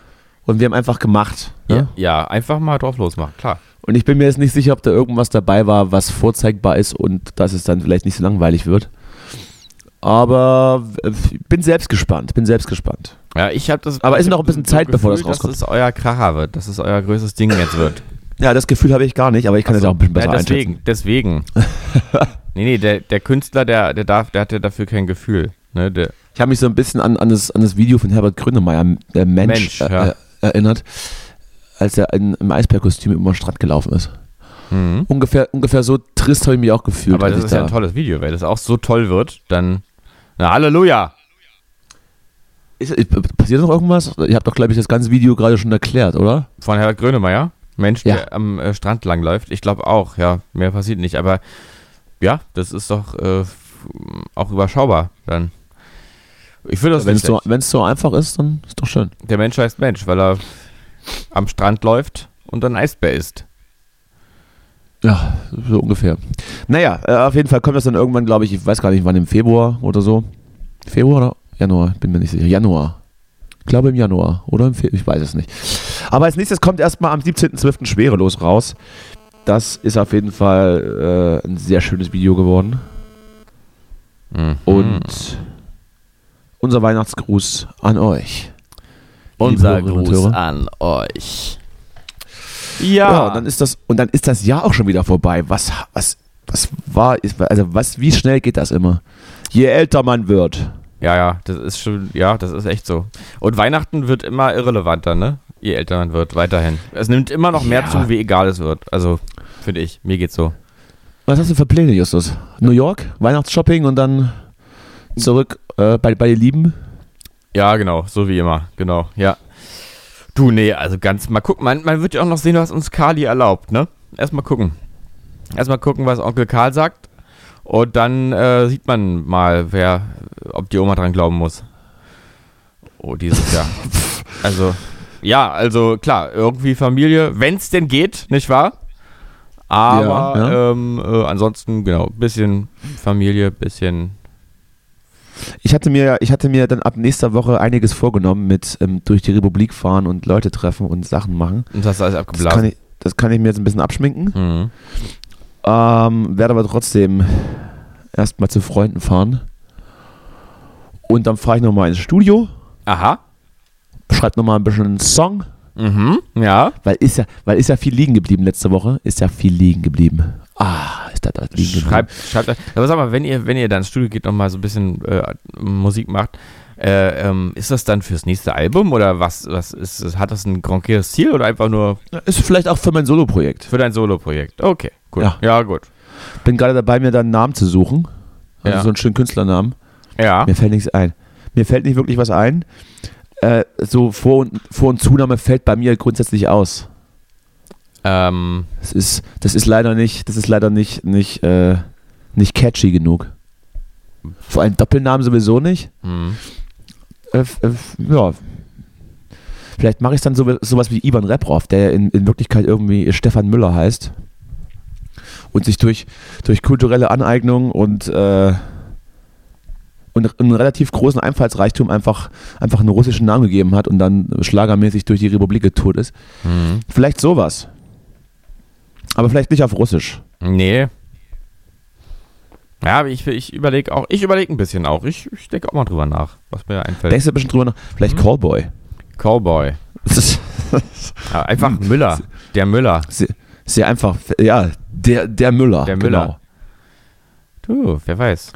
S3: Und wir haben einfach gemacht. Ne?
S4: Ja. ja, einfach mal drauf losmachen, klar.
S3: Und ich bin mir jetzt nicht sicher, ob da irgendwas dabei war, was vorzeigbar ist und dass es dann vielleicht nicht so langweilig wird. Aber äh, bin selbst gespannt, bin selbst gespannt.
S4: Ja, ich habe das.
S3: Aber ist
S4: ich
S3: noch
S4: hab
S3: ein bisschen Zeit, bevor das rauskommt.
S4: Dass es euer Kracher wird, dass es euer größtes Ding jetzt wird.
S3: Ja, das Gefühl habe ich gar nicht, aber ich kann das auch ein bisschen besser
S4: ja,
S3: einschätzen.
S4: deswegen, deswegen. nee, nee, der, der Künstler, der, der darf, der hat ja dafür kein Gefühl. Ne? Der,
S3: Ich habe mich so ein bisschen an, an, das, an das Video von Herbert Grönemeyer, äh, Mensch,
S4: Mensch, ja.
S3: äh, äh, erinnert, als er in, im Eisbärkostüm über den Strand gelaufen ist.
S4: Mhm.
S3: Ungefähr, ungefähr so trist habe ich mich auch gefühlt.
S4: aber
S3: als
S4: das
S3: ich
S4: ist ja
S3: da-
S4: ein tolles Video, weil das auch so toll wird, dann. Na, Halleluja!
S3: Ist, äh, passiert noch irgendwas? Ihr habt doch, glaube ich, das ganze Video gerade schon erklärt, oder?
S4: Von Herbert Grönemeyer. Mensch,
S3: Ja.
S4: der am äh, Strand langläuft. Ich glaube auch, ja. Mehr passiert nicht. Aber ja, das ist doch äh, f- auch überschaubar dann. Ich finde das
S3: Wenn es
S4: nicht
S3: so, wenn's so einfach ist, dann ist doch schön.
S4: Der Mensch heißt Mensch, weil er am Strand läuft und ein Eisbär ist.
S3: Ja, so ungefähr. Naja, äh, auf jeden Fall kommt das dann irgendwann, glaube ich, ich weiß gar nicht wann, im Februar oder so. Februar oder Januar? Bin mir nicht sicher. Januar. Ich glaube im Januar oder im Februar, ich weiß es nicht. Aber als nächstes kommt erstmal am 17.12. Schwerelos raus. Das ist auf jeden Fall äh, ein sehr schönes Video geworden. Und unser Weihnachtsgruß an euch.
S4: unser
S3: liebe Hörerinnen und
S4: Gruß
S3: Hörer.
S4: an euch.
S3: Ja, und dann ist das und dann ist das Jahr auch schon wieder vorbei. Was was was war ist- also was wie schnell geht das immer? Je älter man wird.
S4: ja, ja, das ist schon, ja, das ist echt so. Und Weihnachten wird immer irrelevanter, ne? Je älter man wird, weiterhin. Es nimmt immer noch mehr
S3: Ja.
S4: zu, wie egal es wird. Also, finde ich, mir geht's so.
S3: Was hast du für Pläne, Justus? New York, Weihnachtsshopping und dann zurück äh, bei bei den Lieben?
S4: Ja, genau, so wie immer, genau, ja. Du, nee, also ganz mal gucken. Man, man wird ja auch noch sehen, was uns Kali erlaubt, ne? Erstmal gucken. Erstmal gucken, was Onkel Karl sagt. Und dann äh, sieht man mal, wer, ob die Oma dran glauben muss. Oh, dieses Jahr. Also, ja, also klar, irgendwie Familie, wenn's denn geht, nicht wahr? Aber
S3: Ja,
S4: Ähm, äh, ansonsten, genau, bisschen Familie, bisschen.
S3: Ich hatte mir ich hatte mir dann ab nächster Woche einiges vorgenommen mit ähm, durch die Republik fahren und Leute treffen und Sachen machen.
S4: Und das ist alles
S3: Das kann
S4: abgeblasen.
S3: ich das kann ich mir jetzt ein bisschen abschminken.
S4: mhm.
S3: Ähm, werde aber trotzdem erstmal zu Freunden fahren. Und dann fahre ich nochmal ins Studio.
S4: Aha.
S3: schreibt nochmal ein bisschen einen Song,
S4: Mhm. Ja.
S3: weil ist ja, weil ist ja viel liegen geblieben letzte Woche, ist ja viel liegen geblieben. Ah, ist da das liegen
S4: Schreibt, schreibt. Aber sag mal, wenn ihr, wenn ihr dann ins Studio geht und mal so ein bisschen äh, Musik macht, äh, ähm, ist das dann fürs nächste Album oder was, was ist das? Hat das ein konkretes Ziel oder einfach nur
S3: geblieben. Ist vielleicht auch für mein Soloprojekt.
S4: für dein Solo-Projekt? Okay, gut.
S3: Ja.
S4: Ja, gut.
S3: Bin gerade dabei, mir da einen Namen zu suchen. Also
S4: Ja. Ah.
S3: so einen schönen Künstlernamen.
S4: Ja.
S3: Mir fällt nichts ein. Mir fällt nicht wirklich was ein. Äh, so Vor- und, Vor und Zunahme fällt bei mir grundsätzlich aus.
S4: Ähm,
S3: Das ist, das ist leider nicht, das ist leider nicht, nicht, äh, nicht catchy genug. Vor allem Doppelnamen sowieso nicht.
S4: hm.
S3: Äh, f- äh, f- ja. Vielleicht mache ich dann so, sowas wie Ivan Reprov, der ja in, in Wirklichkeit irgendwie Stefan Müller heißt. Und sich durch, durch kulturelle Aneignung und, äh, und einen relativ großen Einfallsreichtum einfach, einfach einen russischen Namen gegeben hat und dann schlagermäßig durch die Republik getourt ist.
S4: Hm.
S3: Vielleicht sowas. Aber vielleicht nicht auf Russisch.
S4: Nee. Ja, aber ich, ich überlege auch, ich überlege ein bisschen auch. Ich, ich denke auch mal drüber nach, was mir einfällt.
S3: Denkst du ein bisschen drüber nach?
S4: Mhm.
S3: Vielleicht Callboy.
S4: Cowboy. Ja, einfach Müller. Der Müller.
S3: sehr, sehr einfach. Ja, der, der Müller. Genau.
S4: Der Müller. Du, wer weiß.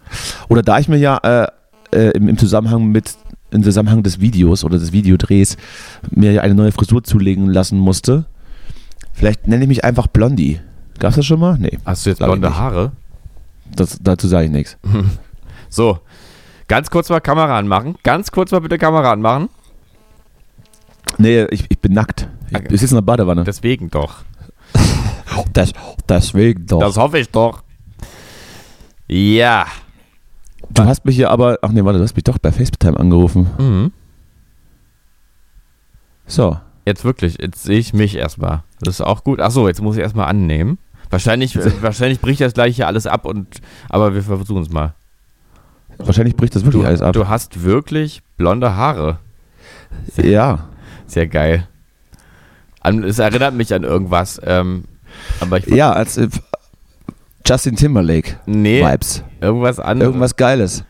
S3: Oder da ich mir ja äh, äh, im, im Zusammenhang mit im Zusammenhang des Videos oder des Videodrehs mir ja eine neue Frisur zulegen lassen musste, vielleicht nenne ich mich einfach Blondie. Gab's das schon mal? Nee.
S4: Hast du jetzt
S3: Glaub ich
S4: blonde
S3: nicht.
S4: Haare?
S3: Das, dazu sage ich nichts.
S4: So, ganz kurz mal Kamera anmachen. Ganz kurz mal bitte Kamera anmachen.
S3: Nee, ich, ich bin nackt. Ich,
S4: Okay.
S3: ich sitze in der Badewanne.
S4: Deswegen doch.
S3: Das, deswegen doch.
S4: Das hoffe ich doch. Ja.
S3: du hast mich hier aber. Ach nee, warte, du hast mich doch bei FaceTime angerufen. So.
S4: Jetzt wirklich, jetzt sehe ich mich erstmal. Das ist auch gut. Achso, jetzt muss ich erstmal annehmen. Wahrscheinlich, äh, wahrscheinlich bricht das gleich hier alles ab und aber wir versuchen es mal.
S3: Wahrscheinlich bricht das wirklich
S4: Du,
S3: alles ab.
S4: du hast wirklich blonde Haare.
S3: ja.
S4: Sehr geil. An, es erinnert mich an irgendwas. Ähm, aber ich
S3: Ja, als äh, Justin Timberlake
S4: nee,
S3: Vibes.
S4: irgendwas anderes.
S3: Irgendwas Geiles.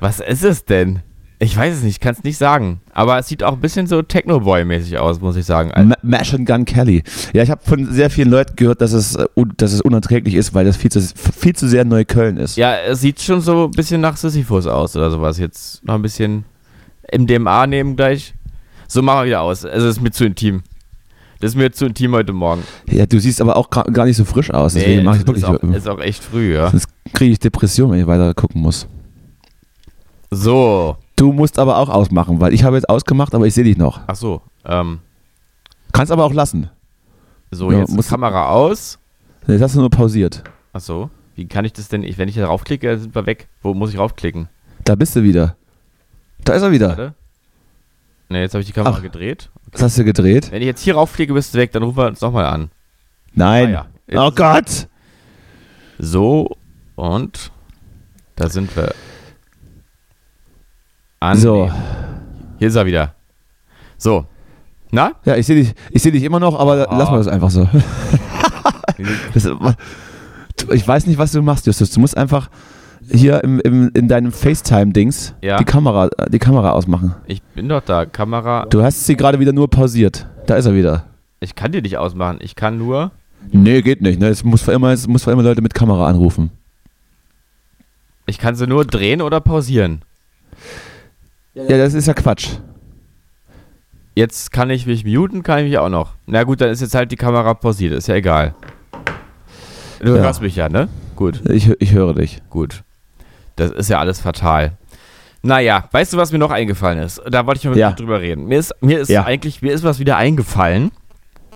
S4: Was ist es denn? Ich weiß es nicht, kann es nicht sagen. Aber es sieht auch ein bisschen so Techno-Boy-mäßig aus, muss ich sagen. Also,
S3: Ma Machine Gun Kelly. Ja, ich habe von sehr vielen Leuten gehört, dass es, äh, un- dass es unerträglich ist, weil das viel zu, viel zu sehr Neukölln ist.
S4: Ja, es sieht schon so ein bisschen nach Sisyphus aus oder sowas. Jetzt noch ein bisschen MDMA nehmen gleich. So machen wir wieder aus. Also es ist mir zu intim. Das ist mir zu intim heute Morgen.
S3: Ja, du siehst aber auch gra- gar nicht so frisch aus. Deswegen mache ich
S4: es
S3: wirklich. äh,
S4: ist, auch, äh, ist auch echt früh, ja.
S3: Sonst kriege ich Depression, wenn ich weiter gucken muss.
S4: So.
S3: Du musst aber auch ausmachen, weil ich habe jetzt ausgemacht, aber ich sehe dich noch.
S4: Ach so. Ähm,
S3: Kannst aber auch lassen.
S4: so,
S3: Ja,
S4: jetzt
S3: muss-
S4: Kamera aus.
S3: Jetzt hast du nur pausiert.
S4: Ach so. Wie kann ich das denn? Ich, wenn ich da raufklicke, sind wir weg. Wo muss ich raufklicken?
S3: Da bist du wieder. Da ist er wieder.
S4: Warte. Ne, jetzt habe ich die Kamera
S3: Ach.
S4: gedreht.
S3: Das hast du gedreht?
S4: Wenn ich jetzt hier raufklicke, bist du weg, dann rufen wir uns nochmal an.
S3: Nein.
S4: Ah ja.
S3: Oh Gott.
S4: So, und da sind wir. An
S3: So.
S4: Hier ist er wieder. So. Na?
S3: Ja, ich sehe dich, ich seh dich immer noch, aber
S4: Ah.
S3: lass mal das einfach so. Das, ich weiß nicht, was du machst, Justus. Du musst einfach hier im, im, in deinem FaceTime-Dings
S4: Ja.
S3: die, Kamera, die Kamera ausmachen.
S4: Ich bin doch da. Kamera.
S3: Du hast sie gerade wieder nur pausiert. Da ist er wieder.
S4: Ich kann die nicht ausmachen. Ich kann nur.
S3: Nee, geht nicht. Ne? Es, muss für immer, es muss für immer Leute mit Kamera anrufen.
S4: Ich kann sie nur drehen oder pausieren.
S3: Ja, das ist ja Quatsch.
S4: Jetzt kann ich mich muten, kann ich mich auch noch. Na gut, dann ist jetzt halt die Kamera pausiert. Ist ja egal. Du
S3: Ja.
S4: hörst mich ja, ne? Gut.
S3: Ich, ich höre dich.
S4: Gut. Das ist ja alles fatal. Naja, weißt du, was mir noch eingefallen ist? Da wollte ich mal
S3: Ja.
S4: mit dir drüber reden. Mir ist, mir ist
S3: Ja.
S4: eigentlich, mir ist was wieder eingefallen.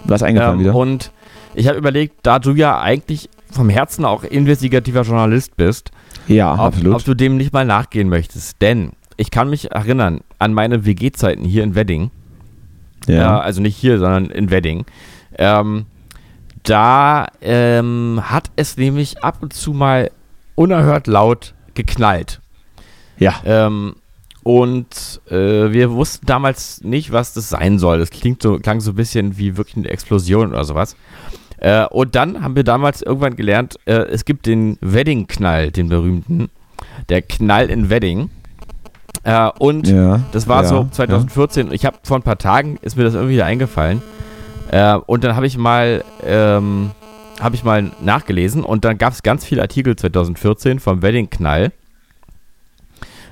S3: Was eingefallen
S4: Ähm,
S3: wieder?
S4: Und ich habe überlegt, da du ja eigentlich vom Herzen auch investigativer Journalist bist,
S3: Ja,
S4: ob, ob du dem nicht mal nachgehen möchtest. Denn ich kann mich erinnern an meine WG-Zeiten hier in Wedding. Ja.
S3: ja.
S4: also nicht hier, sondern in Wedding. Ähm, da ähm, hat es nämlich ab und zu mal unerhört laut geknallt.
S3: ja.
S4: Ähm, und äh, wir wussten damals nicht, was das sein soll. Das klingt so, klang so ein bisschen wie wirklich eine Explosion oder sowas. Äh, und dann haben wir damals irgendwann gelernt, äh, es gibt den Wedding-Knall, den berühmten. Der Knall in Wedding. Äh, und
S3: Ja.
S4: das war
S3: ja,
S4: so 2014. Ich habe vor ein paar Tagen ist mir das irgendwie wieder eingefallen. Äh, und dann habe ich mal ähm, habe ich mal nachgelesen und dann gab es ganz viele Artikel 2014 vom Wedding-Knall.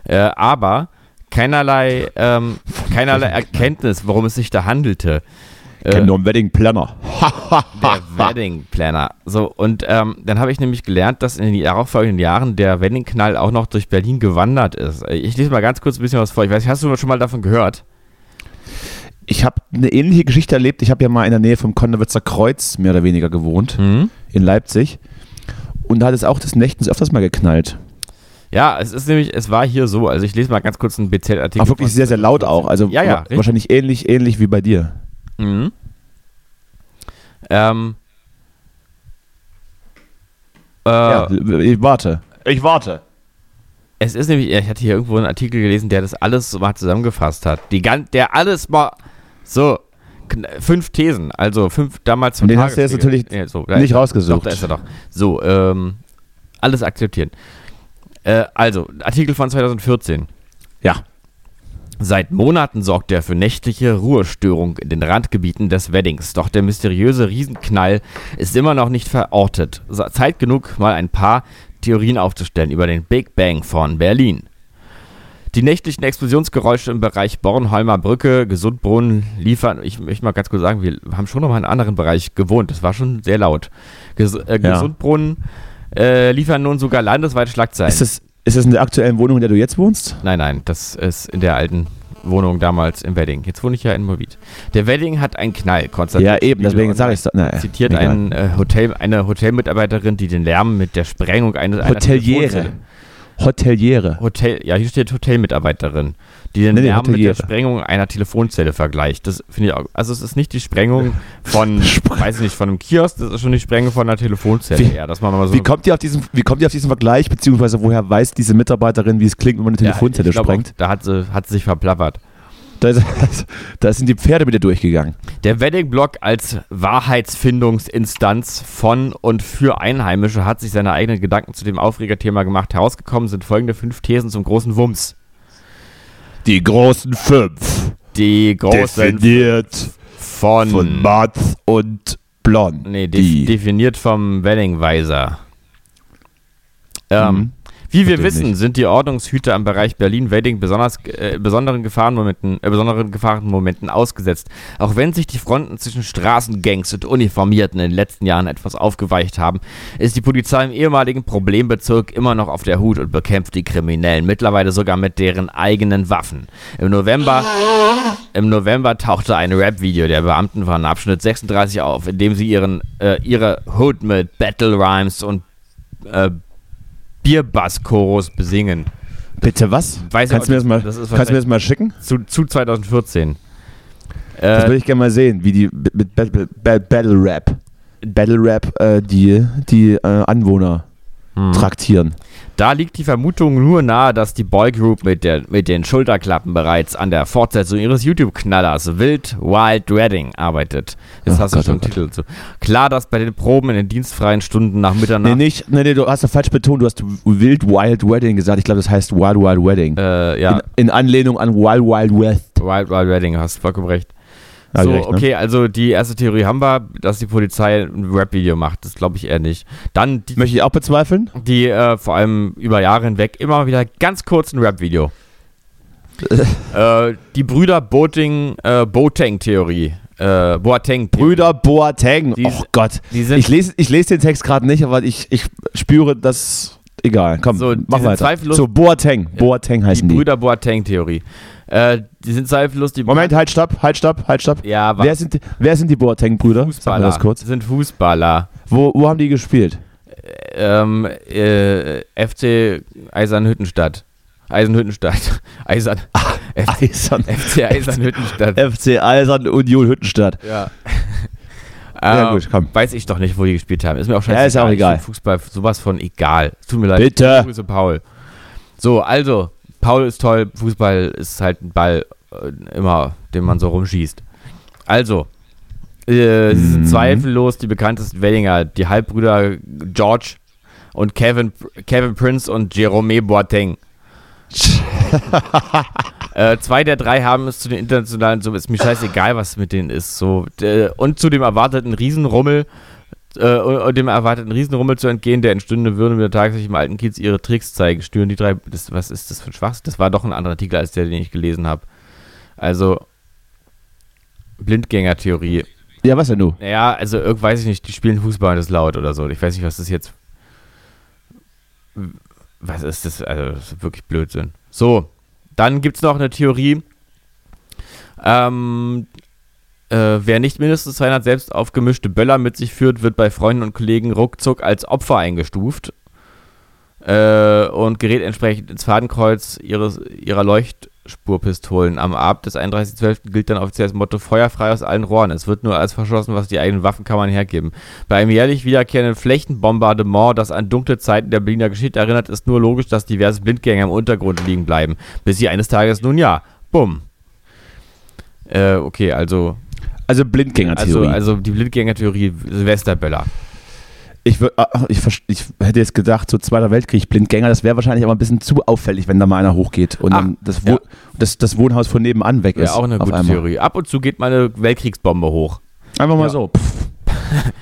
S4: Äh, aber keinerlei ähm, keinerlei Erkenntnis, worum es sich da handelte. äh,
S3: Ja. Kennt nur einen Wedding Planner.
S4: Der Wedding Planner. So, und ähm, dann habe ich nämlich gelernt, dass in den darauffolgenden Jahren der Wedding Knall auch noch durch Berlin gewandert ist. Ich lese mal ganz kurz ein bisschen was vor. Ich weiß, nicht, hast du schon mal davon gehört?
S3: Ich habe eine ähnliche Geschichte erlebt. Ich habe ja mal in der Nähe vom Konnewitzer Kreuz mehr oder weniger gewohnt,
S4: Mhm.
S3: in Leipzig. Und da hat es auch des Nächtens öfters mal geknallt.
S4: Ja, es ist nämlich, es war hier so. Also ich lese mal ganz kurz einen BZ-Artikel.
S3: Auch wirklich sehr, sehr laut auch. Also
S4: Ja, ja,
S3: wa- wahrscheinlich ähnlich, ähnlich wie bei dir.
S4: Mhm. Ähm, äh,
S3: Ja, ich warte. Ich warte.
S4: Es ist nämlich, ich hatte hier irgendwo einen Artikel gelesen, der das alles so mal zusammengefasst hat. Die gan der alles mal so kn- fünf Thesen, also fünf damals
S3: Und den hast du jetzt
S4: Tagesspiegel.
S3: natürlich
S4: Ja, so, da
S3: Nicht
S4: ist er. Doch,
S3: rausgesucht.
S4: da ist er doch. So, ähm, alles akzeptieren. Äh, also, Artikel von 2014.
S3: Ja.
S4: Seit Monaten sorgt er für nächtliche Ruhestörung in den Randgebieten des Weddings. Doch der mysteriöse Riesenknall ist immer noch nicht verortet. So- Zeit genug, mal ein paar Theorien aufzustellen über den Big Bang von Berlin. Die nächtlichen Explosionsgeräusche im Bereich Bornholmer Brücke, Gesundbrunnen liefern, ich möchte mal ganz kurz sagen, wir haben schon noch mal in einem anderen Bereich gewohnt. Das war schon sehr laut. Ges äh,
S3: Ja.
S4: Gesundbrunnen äh, liefern nun sogar landesweit Schlagzeilen.
S3: Ist das, ist das in der aktuellen Wohnung, in der du jetzt wohnst?
S4: Nein, nein, das ist in der alten Wohnung damals im Wedding. Jetzt wohne ich ja in Moabit. Der Wedding hat einen Knall, konstatiert.
S3: Ja, eben, deswegen sage ich es. Naja,
S4: Zitiert
S3: egal.
S4: einen, äh, Hotel, eine Hotelmitarbeiterin, die den Lärm mit der Sprengung eines einer
S3: Hoteliere.
S4: Telefonzelle-
S3: Hoteliere.
S4: Hotel, ja, hier steht Hotelmitarbeiterin, die den
S3: Nee, nee,
S4: Lärm mit der
S3: Hoteliere.
S4: Sprengung einer Telefonzelle vergleicht. Das finde ich auch. Also es ist nicht die Sprengung von, weiß ich nicht, von einem Kiosk, das ist schon die Sprengung von einer Telefonzelle.
S3: Wie-
S4: ja, dass man mal so
S3: Wie kommt, ihr auf diesen, wie kommt ihr auf diesen Vergleich, beziehungsweise woher weiß diese Mitarbeiterin, wie es klingt, wenn man eine
S4: Ja,
S3: Telefonzelle
S4: ich glaub auch,
S3: sprengt?
S4: Da hat sie, hat sie sich verplappert.
S3: Da, ist, da sind die Pferde wieder durchgegangen.
S4: Der Wedding-Blog als Wahrheitsfindungsinstanz von und für Einheimische hat sich seine eigenen Gedanken zu dem Aufregerthema gemacht. Herausgekommen sind folgende fünf Thesen zum großen Wumms.
S3: Die großen fünf.
S4: Die großen
S3: Definiert
S4: von...
S3: von Mats und Blond.
S4: nee, def definiert vom Wedding-Weiser. Ähm,
S3: Mhm.
S4: Wie wir
S3: Verstehe
S4: wissen, sind die Ordnungshüter im Bereich Berlin-Wedding besonders äh, besonderen Gefahrenmomenten, äh, besonderen Gefahrenmomenten ausgesetzt. Auch wenn sich die Fronten zwischen Straßengangs und Uniformierten in den letzten Jahren etwas aufgeweicht haben, ist die Polizei im ehemaligen Problembezirk immer noch auf der Hut und bekämpft die Kriminellen, mittlerweile sogar mit deren eigenen Waffen. Im November im November tauchte ein Rap-Video der Beamten von Abschnitt 36 auf, in dem sie ihren, äh, ihre Hood mit Battle Rhymes und äh, Bierbass-Chorus besingen.
S3: Bitte was?
S4: Weiß
S3: kannst du
S4: ich
S3: mir
S4: auch
S3: das mal,
S4: nicht. Das ist
S3: kannst du mir das mal schicken?
S4: Zu, zu 2014.
S3: Das
S4: Äh,
S3: würde ich gerne mal sehen, wie die mit mit Battle, Ba- Battle Rap, Battle Rap äh, die, die äh, Anwohner
S4: Hm.
S3: traktieren.
S4: da liegt die Vermutung nur nahe, dass die Boygroup mit, der, mit den Schulterklappen bereits an der Fortsetzung ihres YouTube-Knallers Wild Wild Redding arbeitet. Jetzt
S3: Ach
S4: hast
S3: Gott,
S4: du schon
S3: oh
S4: einen Titel dazu. Klar, dass bei den Proben in den dienstfreien Stunden nach
S3: Nee,
S4: Mitternacht
S3: nicht, nee, nee, du hast das falsch betont, du hast Wild Wild Wedding gesagt. Ich glaube, das heißt Wild Wild Wedding.
S4: äh, ja,
S3: In, in Anlehnung an Wild Wild West.
S4: Wild Wild Redding hast vollkommen recht.
S3: Hab
S4: so,
S3: ich recht, ne?
S4: okay, also die erste Theorie haben wir, dass die Polizei ein Rap-Video macht. Das glaube ich eher nicht. Dann die,
S3: Möchte ich auch bezweifeln?
S4: die äh, vor allem über Jahre hinweg immer wieder ganz kurz ein Rap-Video. äh, die Brüder Boating, äh, Boateng-Theorie. Äh, Boateng.
S3: Brüder Boateng.
S4: Die-
S3: oh Gott.
S4: die sind-
S3: Ich lese, ich lese den Text gerade nicht, aber ich, ich spüre das. Egal, komm,
S4: So, die
S3: mach
S4: sind
S3: weiter.
S4: zweifellos-
S3: So, Boateng. Boateng
S4: Die
S3: heißen die.
S4: Brüder Boateng-Theorie. Äh, die sind zweifellos die.
S3: Moment, halt, stopp, halt, stopp, halt, stopp.
S4: Ja,
S3: Wer sind, die- wer sind die Boateng-Brüder? Sag mir
S4: Fußballer.
S3: das kurz.
S4: Sind Fußballer.
S3: Wo, wo haben die gespielt?
S4: Ähm, äh, FC Eisernhüttenstadt. Eisenhüttenstadt. Eisern. FC
S3: Eisern.
S4: FC Eisernhüttenstadt.
S3: FC Eisern Union Hüttenstadt.
S4: ja.
S3: Ja,
S4: Ähm,
S3: gut, komm.
S4: Weiß ich doch nicht, wo die gespielt haben. Ist mir auch scheißegal.
S3: Ja, ist auch egal.
S4: Ich find Fußball sowas von egal. Es Tut mir leid.
S3: Bitte.
S4: Grüße Paul. So, also, Paul ist toll. Fußball ist halt ein Ball, äh, immer, den man so rumschießt. Also, äh, sie sind zweifellos die bekanntesten Wellinger, die Halbbrüder George und Kevin, Kevin Prince und Jerome Boateng. Äh, zwei der drei haben es zu den internationalen, so ist mir scheißegal, was mit denen ist. So, äh, und zu dem erwarteten Riesenrummel, äh, und und dem erwarteten Riesenrummel zu entgehen, der entstünde würde, wenn der tatsächlich im alten Kiez ihre Tricks zeigen. Stören die drei. Das, was ist das für ein Schwachsinn? Das war doch ein anderer Artikel als der, den ich gelesen habe. Also, Blindgänger-Theorie.
S3: Ja, was denn du?
S4: Naja, also irgend weiß ich nicht, die spielen Fußball und das ist laut oder so. Ich weiß nicht, was das jetzt. Was ist das? Also, das ist wirklich Blödsinn. So, dann gibt es noch eine Theorie. Ähm, äh, wer nicht mindestens 200 selbst aufgemischte Böller mit sich führt, wird bei Freunden und Kollegen ruckzuck als Opfer eingestuft äh, und gerät entsprechend ins Fadenkreuz ihres, ihrer Leuchtspurpistolen. Am Abend des 31.12. gilt dann offiziell das Motto Feuerfrei aus allen Rohren. Es wird nur als verschossen, was die eigenen Waffenkammern hergeben. Bei einem jährlich wiederkehrenden Flächenbombardement, das an dunkle Zeiten der Berliner Geschichte erinnert, ist nur logisch, dass diverse Blindgänger im Untergrund liegen bleiben. Bis sie eines Tages, nun ja, bumm. Äh, okay, also,
S3: Also Blindgänger-Theorie.
S4: also, also die Blindgänger-Theorie Silvesterböller.
S3: ich, wür- ah, ich, vers- ich hätte jetzt gedacht, so Zweiter Weltkrieg, Blindgänger, das wäre wahrscheinlich aber ein bisschen zu auffällig, wenn da mal einer hochgeht und
S4: Ah,
S3: dann das, Wo
S4: ja.
S3: das, das Wohnhaus von nebenan weg ist.
S4: Wäre auch eine
S3: auf
S4: gute
S3: einmal.
S4: Theorie. Ab und zu geht mal eine Weltkriegsbombe hoch.
S3: Einfach mal
S4: Ja.
S3: so. Pff.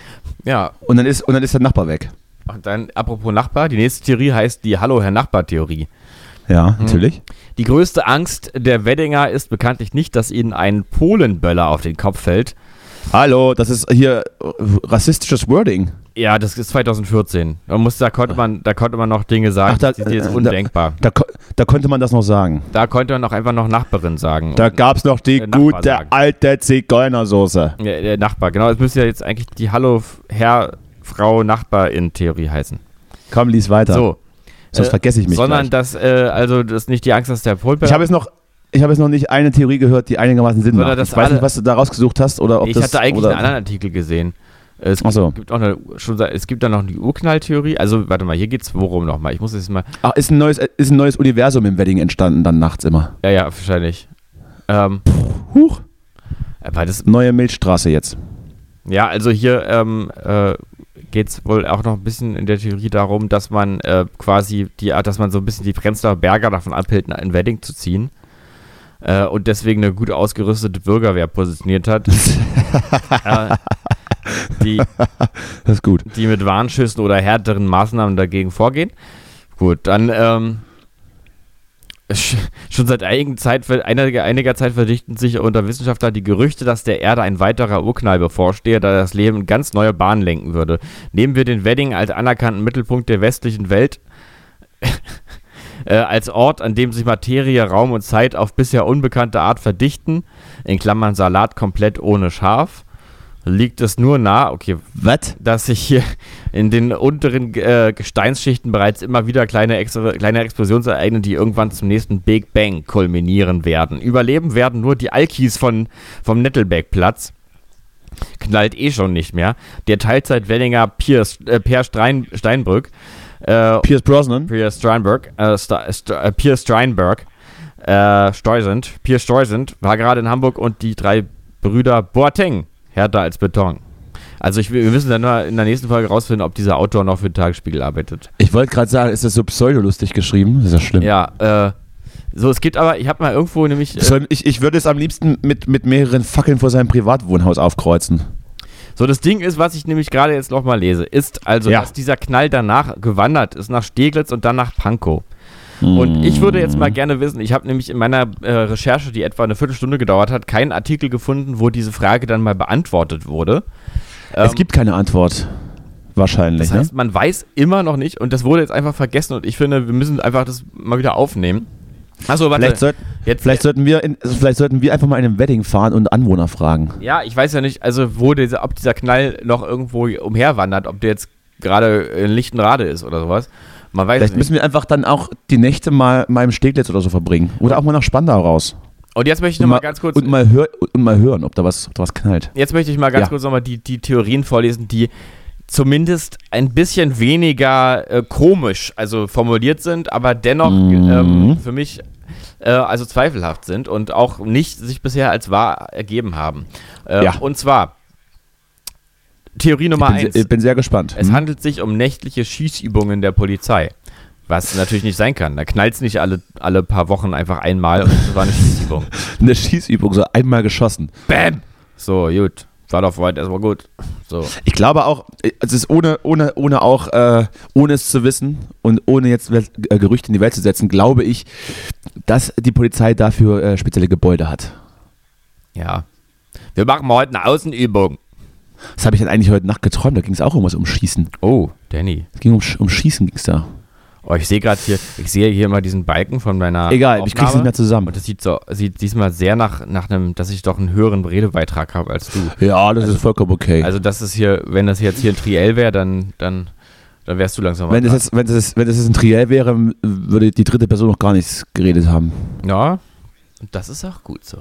S4: Ja,
S3: Und dann, ist, und dann ist der Nachbar weg.
S4: Und dann, apropos Nachbar, die nächste Theorie heißt die Hallo Herr Nachbar-Theorie.
S3: Ja, natürlich.
S4: Die größte Angst der Weddinger ist bekanntlich nicht, dass ihnen ein Polenböller auf den Kopf fällt.
S3: Hallo, das ist hier äh, rassistisches Wording.
S4: Ja, das ist 2014. Man muss, da, konnte man, da konnte man noch Dinge sagen,
S3: Ach, da-
S4: die sind jetzt
S3: äh, da-
S4: undenkbar.
S3: Da, ko- da konnte man das noch sagen.
S4: Da konnte man auch einfach noch Nachbarin sagen.
S3: Da gab es noch die
S4: Der Nachbar
S3: gute
S4: sagen.
S3: alte Zigeunersoße.
S4: Ja, der Nachbar, genau. Es müsste ja jetzt eigentlich die Hallo, Herr, Frau, Nachbar in Theorie heißen.
S3: Komm, lies weiter.
S4: So.
S3: Sonst
S4: äh,
S3: vergesse ich mich.
S4: Sondern,
S3: gleich.
S4: dass, äh, also, das ist nicht die Angst, dass der Polböller.
S3: ich habe jetzt noch. Ich habe jetzt noch nicht eine Theorie gehört, die einigermaßen Sinn
S4: Sondern
S3: macht.
S4: das
S3: Ich weiß
S4: alle-
S3: nicht, was du da rausgesucht hast oder ob
S4: ich
S3: das.
S4: hatte eigentlich
S3: oder,
S4: einen anderen Artikel gesehen. Äh, Es
S3: Ach so.
S4: gibt auch eine, schon, seit- es gibt dann noch die Urknalltheorie. Also, warte mal, hier geht's worum nochmal? Ich muss jetzt mal.
S3: Ach, Ah, ist ein, neues, äh, ist ein neues Universum im Wedding entstanden, dann nachts immer.
S4: Ja, ja, wahrscheinlich. Ähm,
S3: Huch.
S4: aber das,
S3: Neue Milchstraße jetzt.
S4: ja, also hier ähm, äh, geht's wohl auch noch ein bisschen in der Theorie darum, dass man äh, quasi die Art, dass man so ein bisschen die Prenzlauer Berger davon abhält, in Wedding zu ziehen. Äh, und deswegen eine gut ausgerüstete Bürgerwehr positioniert hat. äh, die,
S3: Das ist gut.
S4: die mit Warnschüssen oder härteren Maßnahmen dagegen vorgehen. Gut, dann ähm, sch- schon seit einigen Zeit, einiger, einiger Zeit verdichten sich unter Wissenschaftlern die Gerüchte, dass der Erde ein weiterer Urknall bevorstehe, da das Leben in ganz neue Bahnen lenken würde. Nehmen wir den Wedding als anerkannten Mittelpunkt der westlichen Welt. äh, als Ort, an dem sich Materie, Raum und Zeit auf bisher unbekannte Art verdichten, in Klammern Salat komplett ohne Schaf, liegt es nur nah, okay,
S3: Was?
S4: dass sich hier in den unteren äh, Gesteinsschichten bereits immer wieder kleine, Ex kleine Explosionen ereignen, die irgendwann zum nächsten Big Bang kulminieren werden. Überleben werden nur die Alkis von, vom Nettelbeckplatz. Knallt eh schon nicht mehr. Der Teilzeit-Wellinger Piers- äh, Per Strein Steinbrück äh,
S3: Pierce Brosnan?
S4: Pierre Streinberg, äh, Sta- St äh, Pierre Streinberg, äh, Steusend, Pierre Steusend war gerade in Hamburg und die drei Brüder Boateng härter als Beton. Also ich, wir müssen dann mal in der nächsten Folge rausfinden, ob dieser Autor noch für den Tagesspiegel arbeitet.
S3: Ich wollte gerade sagen, ist das so pseudolustig geschrieben? Das ist ja schlimm.
S4: Ja, äh, so es gibt aber, ich habe mal irgendwo nämlich äh,
S3: Soll- Ich, ich würde es am liebsten mit, mit mehreren Fackeln vor seinem Privatwohnhaus aufkreuzen.
S4: So, das Ding ist, was ich nämlich gerade jetzt nochmal lese, ist also,
S3: Ja.
S4: dass dieser Knall danach gewandert ist, nach Steglitz und dann nach Pankow. Und ich würde jetzt mal
S3: Mm.
S4: gerne wissen, ich habe nämlich in meiner äh, Recherche, die etwa eine Viertelstunde gedauert hat, keinen Artikel gefunden, wo diese Frage dann mal beantwortet wurde.
S3: es gibt ne? keine Antwort. Wahrscheinlich,
S4: Ähm, Das heißt, man weiß immer noch nicht und das wurde jetzt einfach vergessen und ich finde, wir müssen einfach das mal wieder aufnehmen. Achso,
S3: ne?
S4: warte.
S3: Vielleicht, sollten-
S4: jetzt,
S3: vielleicht, sollten wir in, also vielleicht sollten wir einfach mal in einem Wedding fahren und Anwohner fragen.
S4: Ja, ich weiß ja nicht, also wo dieser, ob dieser Knall noch irgendwo umherwandert, ob der jetzt gerade in Lichtenrade ist oder sowas. Man weiß
S3: Vielleicht
S4: es nicht.
S3: müssen wir einfach dann auch die Nächte mal, mal im Steglitz oder so verbringen. Oder auch mal nach Spandau raus.
S4: Und jetzt möchte ich
S3: Und
S4: nochmal ganz kurz,
S3: und mal, hör, und mal hören, ob da was, ob da was knallt.
S4: jetzt möchte ich mal ganz
S3: Ja.
S4: kurz nochmal die, die Theorien vorlesen, die zumindest ein bisschen weniger äh, komisch, also formuliert sind, aber dennoch
S3: Mhm.
S4: ähm, für mich äh, also zweifelhaft sind und auch nicht sich bisher als wahr ergeben haben. Äh,
S3: Ja.
S4: Und zwar Theorie Nummer
S3: Ich bin,
S4: eins.
S3: sehr- ich bin sehr gespannt.
S4: Es handelt sich um nächtliche Schießübungen der Polizei. Was natürlich nicht sein kann. Da knallt es nicht alle, alle paar Wochen einfach einmal und es war eine Schießübung.
S3: Eine Schießübung, so einmal geschossen.
S4: Bäm! So, gut. War doch weit erstmal gut. So.
S3: Ich glaube auch, es ist ohne, ohne, ohne auch, äh, ohne es zu wissen und ohne jetzt Wel- äh, Gerüchte in die Welt zu setzen, glaube ich, dass die Polizei dafür äh, spezielle Gebäude hat.
S4: Ja. Wir machen mal heute eine Außenübung.
S3: Das habe ich dann eigentlich heute Nacht geträumt, da ging es auch um was um Schießen.
S4: Oh, Danny.
S3: Es ging um, Sch- um Schießen, ging es da.
S4: Oh, ich sehe gerade hier, ich sehe hier mal diesen Balken von meiner.
S3: Egal, ich krieg's nicht mehr zusammen.
S4: Und das sieht so, sieht diesmal sehr nach, nach einem, dass ich doch einen höheren Redebeitrag habe als du.
S3: Ja, das ist vollkommen okay.
S4: Also das ist hier, wenn das jetzt hier ein Triell wäre, dann, dann, dann wärst du langsam mal
S3: wenn, das
S4: dran.
S3: jetzt, wenn, das jetzt, wenn das jetzt ein Triell wäre, würde die dritte Person noch gar nichts geredet haben.
S4: Ja, und das ist auch gut so.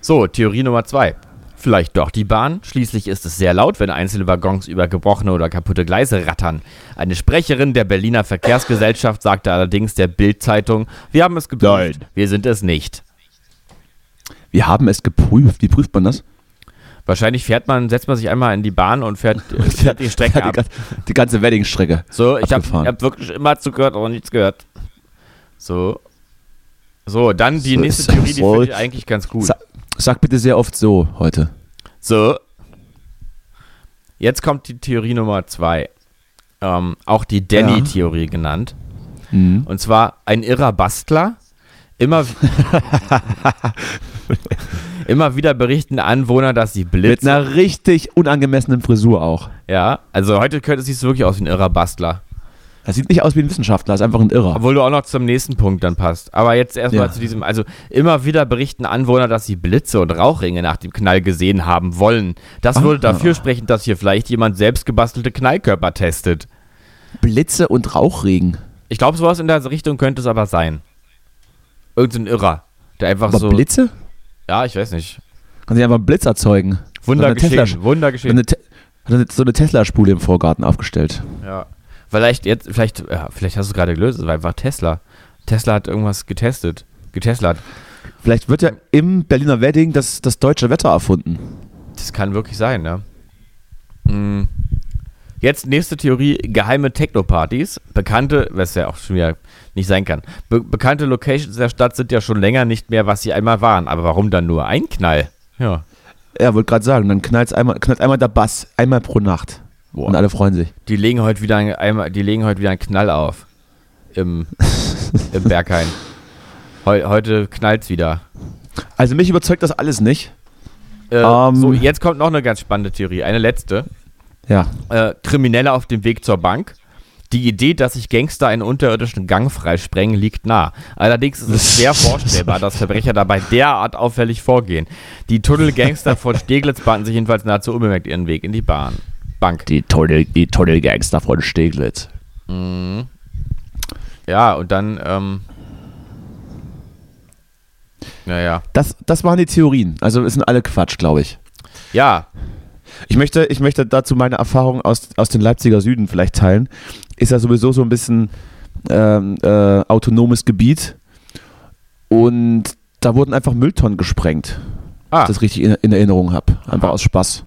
S4: So, Theorie Nummer zwei. Vielleicht doch die Bahn. Schließlich ist es sehr laut, wenn einzelne Waggons über gebrochene oder kaputte Gleise rattern. Eine Sprecherin der Berliner Verkehrsgesellschaft sagte allerdings der Bild-Zeitung: Wir haben es geprüft,
S3: Nein.
S4: wir sind es nicht.
S3: Wir haben es geprüft. Wie prüft man das?
S4: Wahrscheinlich fährt man, setzt man sich einmal in die Bahn und fährt, äh, fährt die Strecke
S3: die,
S4: ab.
S3: ganze- die ganze Wedding-Strecke.
S4: So, ich habe
S3: Abgefahren.
S4: hab wirklich immer zugehört, aber nichts gehört. So. So, dann die
S3: So,
S4: nächste
S3: so,
S4: Theorie, die
S3: so.
S4: finde ich eigentlich ganz gut.
S3: Sa sag bitte sehr oft so heute.
S4: So. Jetzt kommt die Theorie Nummer zwei. Ähm, auch die Danny-Theorie genannt.
S3: Mhm.
S4: Und zwar ein irrer Bastler. Immer, immer wieder berichten Anwohner, dass sie
S3: Mit ne-
S4: blitzen.
S3: einer richtig unangemessenen Frisur auch.
S4: Ja, also heute könnte es sich wirklich aus wie ein irrer Bastler.
S3: Er sieht nicht aus wie ein Wissenschaftler, ist einfach ein Irrer.
S4: Obwohl du auch noch zum nächsten Punkt dann passt. Aber jetzt erstmal
S3: Ja.
S4: zu diesem, also immer wieder berichten Anwohner, dass sie Blitze und Rauchringe nach dem Knall gesehen haben wollen.
S3: Ah.
S4: Das würde dafür sprechen, dass hier vielleicht jemand selbst gebastelte Knallkörper testet.
S3: Blitze und Rauchregen.
S4: Ich glaube, sowas in der Richtung könnte es aber sein. Irgendein Irrer, der einfach
S3: Aber
S4: so.
S3: Blitze?
S4: Ja, ich weiß nicht.
S3: Kann sich einfach einen Blitz erzeugen. So eine
S4: Wundergeschehen.
S3: Tesla- so
S4: Wundergeschehen.
S3: eine Te- hat er so eine Tesla-Spule im Vorgarten aufgestellt.
S4: Ja. Vielleicht jetzt, vielleicht, ja, vielleicht hast du es gerade gelöst, es war einfach Tesla. Tesla hat irgendwas getestet. Geteslat.
S3: Vielleicht wird ja im Berliner Wedding das, das deutsche Wetter erfunden.
S4: Das kann wirklich sein, ne? Mm. Jetzt nächste Theorie: geheime Techno-Partys. Bekannte, was ja auch schon wieder nicht sein kann. Be bekannte Locations der Stadt sind ja schon länger nicht mehr, was sie einmal waren. Aber warum dann nur ein Knall? Ja.
S3: Ja, wollte gerade sagen, dann knallt einmal, knallt einmal der Bass, einmal pro Nacht. Und alle freuen sich.
S4: Die legen heute wieder ein- einmal, die legen heute wieder einen Knall auf. Im, im Berghain. Heu, heute knallt's wieder.
S3: Also mich überzeugt das alles nicht.
S4: Äh,
S3: Ähm.
S4: so, jetzt kommt noch eine ganz spannende Theorie, eine letzte.
S3: Ja.
S4: Äh, Kriminelle auf dem Weg zur Bank. Die Idee, dass sich Gangster einen unterirdischen Gang freisprengen, liegt nah. Allerdings ist es schwer vorstellbar, dass Verbrecher dabei derart auffällig vorgehen. Die Tunnelgangster von Steglitz bahnten sich jedenfalls nahezu unbemerkt ihren Weg in die Bahn. Bank.
S3: Die Tunnel, die Tunnelgangster von Steglitz.
S4: Ja, und dann, ähm. Naja.
S3: Das, das waren die Theorien. Also es sind alle Quatsch, glaube ich.
S4: Ja,
S3: Ich möchte, ich möchte dazu meine Erfahrung aus, aus dem Leipziger Süden vielleicht teilen. Ist ja sowieso so ein bisschen ähm, äh, autonomes Gebiet. Und da wurden einfach Mülltonnen gesprengt, wenn
S4: Ah.
S3: ich das richtig in, in Erinnerung habe. Einfach aus Spaß.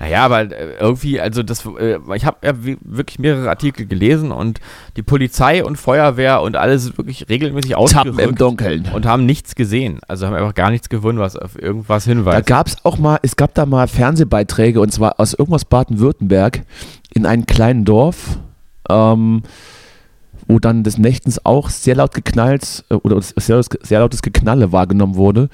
S4: Naja, aber äh, irgendwie, also das, äh, ich habe ja wie- wirklich mehrere Artikel gelesen und die Polizei und Feuerwehr und alles wirklich regelmäßig
S3: Tappen im
S4: ausgerückt
S3: Dunkeln.
S4: und haben nichts gesehen. Also haben einfach gar nichts gewonnen, was auf irgendwas
S3: Da
S4: hinweist.
S3: gab es auch mal, es gab da mal Fernsehbeiträge und zwar aus irgendwas Baden-Württemberg in einem kleinen Dorf, ähm, wo dann des Nächtens auch sehr laut geknallt äh, oder sehr, lautes- sehr lautes Geknalle wahrgenommen wurde.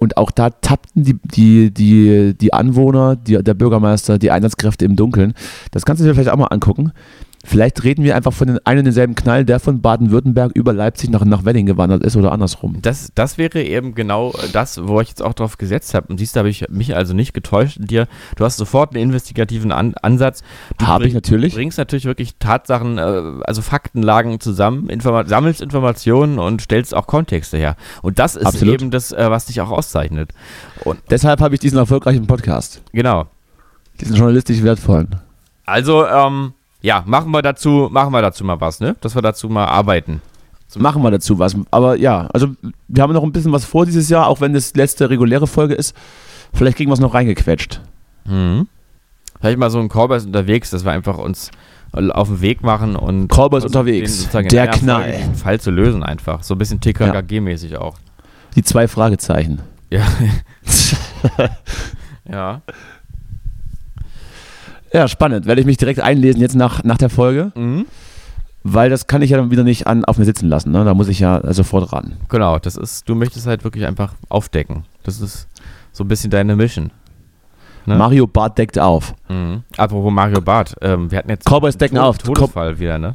S3: Und auch da tappten die, die, die, die Anwohner, die, der Bürgermeister, die Einsatzkräfte im Dunkeln. Das kannst du dir vielleicht auch mal angucken. Vielleicht reden wir einfach von den einen und denselben Knall, der von Baden-Württemberg über Leipzig nach, nach Wedding gewandert ist oder andersrum.
S4: Das, das wäre eben genau das, wo ich jetzt auch drauf gesetzt habe. Und siehst du, habe ich mich also nicht getäuscht in dir. Du hast sofort einen investigativen An Ansatz. Du
S3: Habe ich
S4: bring-
S3: natürlich.
S4: bringst natürlich wirklich Tatsachen, äh, also Faktenlagen zusammen, informa sammelst Informationen und stellst auch Kontexte her. Und das ist
S3: Absolut.
S4: eben das, äh, was dich auch auszeichnet. Und
S3: Deshalb habe ich diesen erfolgreichen Podcast.
S4: genau.
S3: Diesen journalistisch wertvollen.
S4: Also, ähm, ja, machen wir dazu, machen wir dazu mal was, ne? Dass wir dazu mal arbeiten.
S3: machen wir dazu was. Aber ja, also wir haben noch ein bisschen was vor dieses Jahr, auch wenn das letzte reguläre Folge ist. Vielleicht kriegen wir es noch reingequetscht. Mhm.
S4: Vielleicht mal so ein Callboys unterwegs, dass wir einfach uns auf den Weg machen und
S3: Callboys
S4: versuchen,
S3: unterwegs.
S4: den sozusagen in
S3: Der
S4: einer Folge
S3: Knall.
S4: diesen Fall zu lösen einfach. So ein bisschen TKKG-mäßig auch.
S3: Die zwei Fragezeichen.
S4: Ja. ja.
S3: Ja, spannend. Werde ich mich direkt einlesen jetzt nach, nach der Folge,
S4: Mhm.
S3: weil das kann ich ja dann wieder nicht an, auf mir sitzen lassen. Ne? Da muss ich ja sofort ran.
S4: Genau, das ist, du möchtest halt wirklich einfach aufdecken. Das ist so ein bisschen deine Mission. Ja.
S3: Mario Barth deckt auf.
S4: Mhm. Apropos Mario Barth, ähm, wir hatten jetzt
S3: Cowboys decken
S4: Tod-
S3: auf.
S4: Todesfall wieder, ne?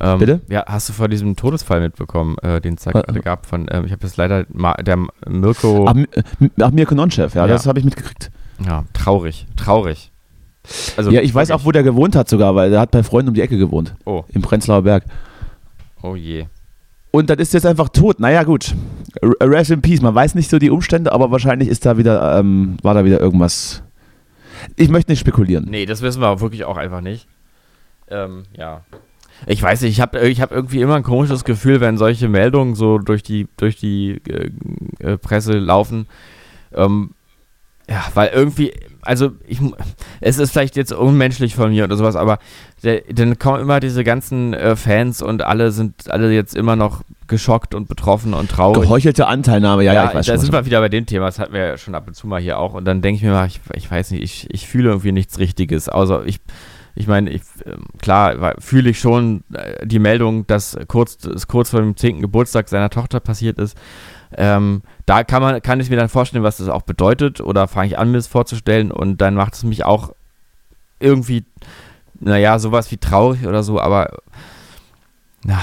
S4: Ähm,
S3: Bitte?
S4: Ja, hast du von diesem Todesfall mitbekommen, äh, den es da
S3: Wa-
S4: gerade gab von, ähm, ich habe jetzt leider Ma der Mirko,
S3: Ach, M- äh, ach Mirko Nonchef, ja,
S4: Ja.
S3: das habe ich mitgekriegt.
S4: ja, traurig, traurig. Also,
S3: Ja, ich weiß auch, wo der gewohnt hat sogar, weil der hat bei Freunden um die Ecke gewohnt,
S4: Oh,
S3: im Prenzlauer Berg.
S4: oh je.
S3: Und dann ist jetzt einfach tot. Naja, gut. R- Rest in peace. Man weiß nicht so die Umstände, aber wahrscheinlich ist da wieder, ähm, war da wieder irgendwas. Ich möchte nicht spekulieren.
S4: Nee, das wissen wir auch wirklich auch einfach nicht. Ähm, ja. Ich weiß nicht, ich habe ich hab irgendwie immer ein komisches Gefühl, wenn solche Meldungen so durch die, durch die äh, äh, Presse laufen. Ähm, ja, weil irgendwie, also ich, mu- es ist vielleicht jetzt unmenschlich von mir oder sowas, aber der, dann kommen immer diese ganzen äh, Fans und alle sind alle jetzt immer noch geschockt und betroffen und traurig.
S3: Geheuchelte Anteilnahme, ja, ja, ich weiß
S4: da
S3: schon.
S4: sind
S3: was-
S4: wir wieder bei dem Thema, das hatten wir ja schon ab und zu mal hier auch. Und dann denke ich mir mal, ich, ich weiß nicht, ich, ich fühle irgendwie nichts Richtiges, außer ich, ich meine, ich, ähm, klar war- fühle ich schon äh, die Meldung, dass kurz, dass kurz vor dem 10. Geburtstag seiner Tochter passiert ist. Ähm, da kann man, kann ich mir dann vorstellen, was das auch bedeutet oder fange ich an, mir das vorzustellen und dann macht es mich auch irgendwie, naja, sowas wie traurig oder so, aber na,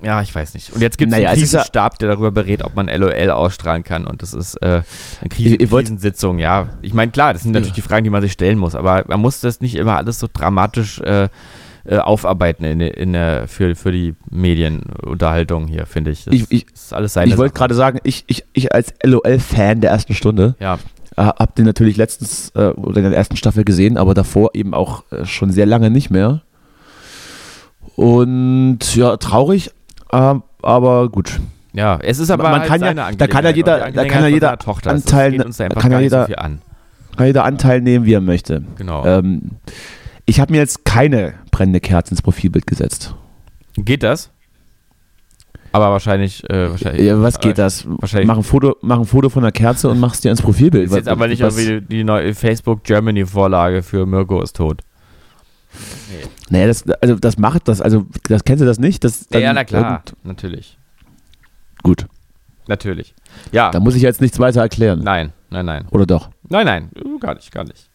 S4: ja, ich weiß nicht. Und jetzt gibt es
S3: Naja,
S4: einen
S3: es ist ja-
S4: Krisenstab, der darüber berät, ob man LOL ausstrahlen kann und das ist äh, eine Krise,
S3: Ihr- ihr wollt-
S4: Krisensitzung, ja. Ich meine, klar, das sind natürlich die Fragen, die man sich stellen muss, aber man muss das nicht immer alles so dramatisch äh, äh, aufarbeiten in, in, der- für, für die Medienunterhaltung hier, finde ich. Das
S3: Ich- ich-
S4: ist alles seine
S3: Ich wollte
S4: Sache.
S3: gerade sagen, ich, ich, ich als LOL-Fan der ersten Stunde
S4: Ja,
S3: äh, habe den natürlich letztens äh, oder in der ersten Staffel gesehen, aber davor eben auch äh, schon sehr lange nicht mehr. Und ja, traurig, äh, aber gut.
S4: ja, es ist aber
S3: Man
S4: halt
S3: kann ja-
S4: seine
S3: da kann ja
S4: Angelegenheit
S3: jeder-
S4: und die
S3: da kann ja
S4: Angelegenheit
S3: jeder
S4: unserer Tochter. Also,
S3: Anteil- ne-
S4: es geht uns da einfach
S3: kann ja
S4: gar nicht so
S3: jeder-
S4: viel an.
S3: Kann jeder Anteil nehmen, wie er möchte.
S4: Genau.
S3: Ähm, ich habe mir jetzt keine brennende Kerze ins Profilbild gesetzt.
S4: Geht das? Aber wahrscheinlich, äh, wahrscheinlich.
S3: Ja, was geht
S4: aber
S3: das?
S4: wahrscheinlich-
S3: Mach ein, Foto, mach ein Foto von der Kerze und mach's dir ins Profilbild.
S4: Ist jetzt
S3: Was-
S4: aber nicht
S3: was-
S4: irgendwie die neue Facebook Germany Vorlage für Mirko ist tot.
S3: Naja, das, also das macht das, also das kennst du das nicht? Das, dann-
S4: natürlich.
S3: Gut,
S4: Natürlich. Ja,
S3: da muss ich jetzt nichts weiter erklären.
S4: nein, nein, nein.
S3: Oder doch?
S4: Nein, nein, äh, gar nicht, gar nicht.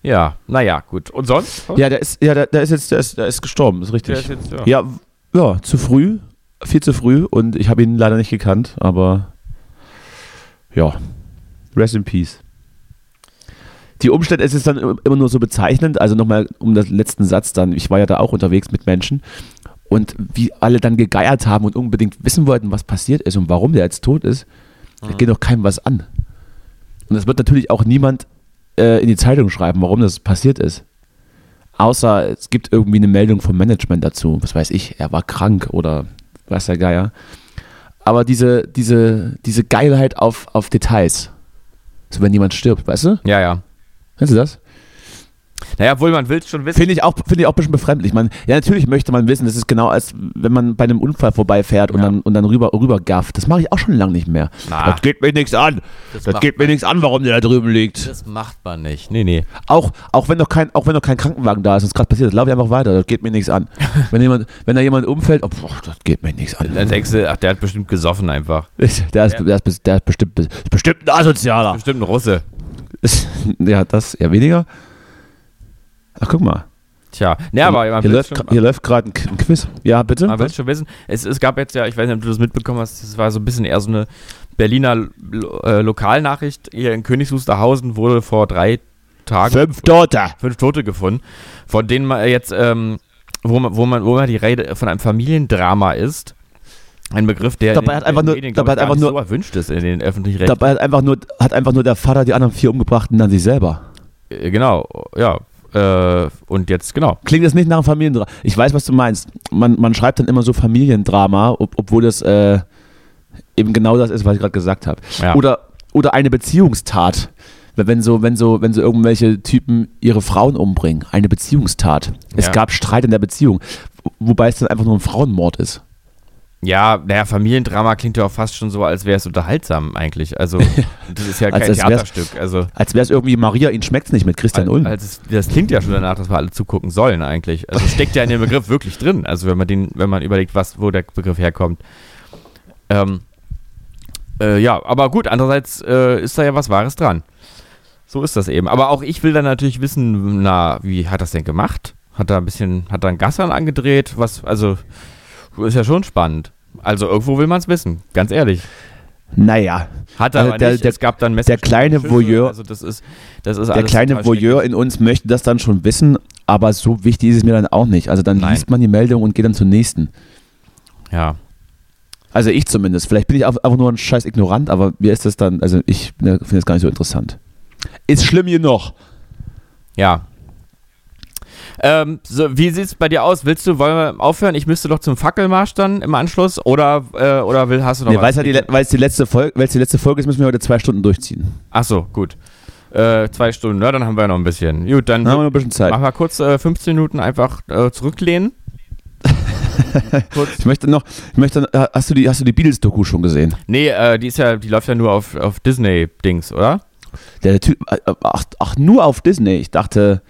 S4: Ja, naja, gut. Und sonst?
S3: Ja, der ist, ja, der, der ist jetzt, der ist, der ist gestorben, ist
S4: Der
S3: richtig.
S4: ist jetzt, ja.
S3: Ja, w- ja, zu früh, viel zu früh und ich habe ihn leider nicht gekannt, aber ja, rest in peace. Die Umstände, es ist dann immer nur so bezeichnend, also nochmal um den letzten Satz dann, ich war ja da auch unterwegs mit Menschen und wie alle dann gegeiert haben und unbedingt wissen wollten, was passiert ist und warum der jetzt tot ist, da geht doch keinem was an. Und das wird natürlich auch niemand äh, in die Zeitung schreiben, warum das passiert ist. Außer es gibt irgendwie eine Meldung vom Management dazu. Was weiß ich, er war krank oder weiß der Geier. Aber diese, diese, diese Geilheit auf, auf Details. So, wenn jemand stirbt, weißt du?
S4: ja, ja.
S3: Kennst du das?
S4: Naja, wohl man will es schon wissen.
S3: Finde ich auch, finde ich auch ein bisschen befremdlich. Man, ja, natürlich möchte man wissen, das ist genau als wenn man bei einem Unfall vorbeifährt und
S4: Ja.
S3: dann, und dann rüber, rüber gafft. Das mache ich auch schon lange nicht mehr.
S4: Na.
S3: das geht mir nichts an. Das, geht mir nichts an, warum der da drüben liegt.
S4: Das macht man nicht. Nee, nee.
S3: Auch, auch, wenn noch kein, auch wenn noch kein Krankenwagen da ist und es gerade passiert ist, laufe ich einfach weiter, das geht mir nichts an. Wenn, jemand, wenn da jemand umfällt, oh, pf, das geht mir nichts an.
S4: Dann denkst du, ach, der hat bestimmt gesoffen einfach.
S3: Der ist, der ist, der ist, der ist bestimmt, ist bestimmt ein Asozialer.
S4: Bestimmt ein Russe.
S3: Ja, das eher weniger. Ach, guck mal.
S4: Tja. Ja, aber man
S3: hier
S4: will
S3: läuft,
S4: es schon, Ah,
S3: gra- hier läuft gerade ein Qu- ein Quiz. Ja, bitte?
S4: man will's schon wissen. Es, es gab jetzt ja, ich weiß nicht, ob du das mitbekommen hast, es war so ein bisschen eher so eine Berliner Lo äh, Lokalnachricht. Hier in Königs Wusterhausen wurde vor drei Tagen
S3: Fünf Tote.
S4: fünf Tote gefunden, von denen man jetzt, ähm, wo, man, wo, man, wo man die Rede von einem Familiendrama ist. Ein Begriff, der
S3: Dabei hat
S4: in den
S3: einfach nur-
S4: Medien,
S3: dabei
S4: glaub ich,
S3: hat
S4: gar
S3: einfach
S4: nicht
S3: nur-
S4: so erwünscht ist in den öffentlich rechtlichen
S3: Dabei hat einfach, nur, hat einfach nur der Vater die anderen vier umgebracht und dann sich selber.
S4: Äh, Genau, ja. Äh, und jetzt, genau.
S3: Klingt das nicht nach einem Familiendrama? Ich weiß, was du meinst. Man, man schreibt dann immer so Familiendrama, ob, obwohl das äh, eben genau das ist, was ich gerade gesagt habe.
S4: Ja.
S3: Oder, oder eine Beziehungstat. Wenn wenn so, wenn, so, wenn so irgendwelche Typen ihre Frauen umbringen. Eine Beziehungstat. Es
S4: Ja.
S3: gab Streit in der Beziehung. Wobei es dann einfach nur ein Frauenmord ist.
S4: Ja, naja, Familiendrama klingt ja auch fast schon so, als wäre es unterhaltsam eigentlich. Also, das ist ja
S3: Als-
S4: kein
S3: als wär's-
S4: Theaterstück. Also,
S3: Als wäre es irgendwie Maria, ihn schmeckt's nicht mit Christian Ulm.
S4: als es, das klingt ja schon danach, dass wir alle zugucken sollen eigentlich. Also, es steckt ja in dem Begriff wirklich drin. Also, wenn man den, wenn man überlegt, was, wo der Begriff herkommt. Ähm, äh, ja, aber gut, andererseits äh, ist da ja was Wahres dran. So ist das eben. Aber auch ich will dann natürlich wissen, na, wie hat das denn gemacht? Hat da ein bisschen, hat da ein Gassern angedreht? Was, also, ist ja schon spannend. Also irgendwo will man es wissen, ganz ehrlich.
S3: naja,
S4: Hat er
S3: Also
S4: aber
S3: der-
S4: nicht.
S3: der-
S4: es gab dann Messer.
S3: der kleine Voyeur-
S4: Also das ist, das ist
S3: der kleine Voyeur in uns möchte das dann schon wissen, aber so wichtig ist es mir dann auch nicht. Also dann
S4: Nein.
S3: liest man die Meldung und geht dann zum nächsten.
S4: Ja.
S3: Also ich zumindest. Vielleicht bin ich auch einfach nur ein scheiß Ignorant, aber mir ist das dann, also ich ne, finde das gar nicht so interessant. Ist schlimm genug.
S4: Ja. Ähm, so, wie sieht's bei dir aus? Willst du, wollen wir aufhören? Ich müsste doch zum Fackelmarsch dann im Anschluss oder, äh, oder will, hast du noch
S3: Nee,
S4: was?
S3: weil es ja die, le- weil's die, letzte Folge- weil's die letzte Folge ist, müssen wir heute zwei Stunden durchziehen.
S4: Ach so, gut. Äh, zwei Stunden, na, dann haben wir noch ein bisschen. Gut, dann
S3: Dann haben wir noch ein bisschen Zeit.
S4: machen wir kurz äh, 15 Minuten einfach äh, zurücklehnen. kurz.
S3: Ich möchte noch, ich möchte, äh, hast du die, hast du die Beatles-Doku schon gesehen?
S4: Nee, äh, die ist ja, die läuft ja nur auf, auf Disney-Dings, oder?
S3: äh, Der Typ, ach, ach, nur auf Disney. Ich dachte,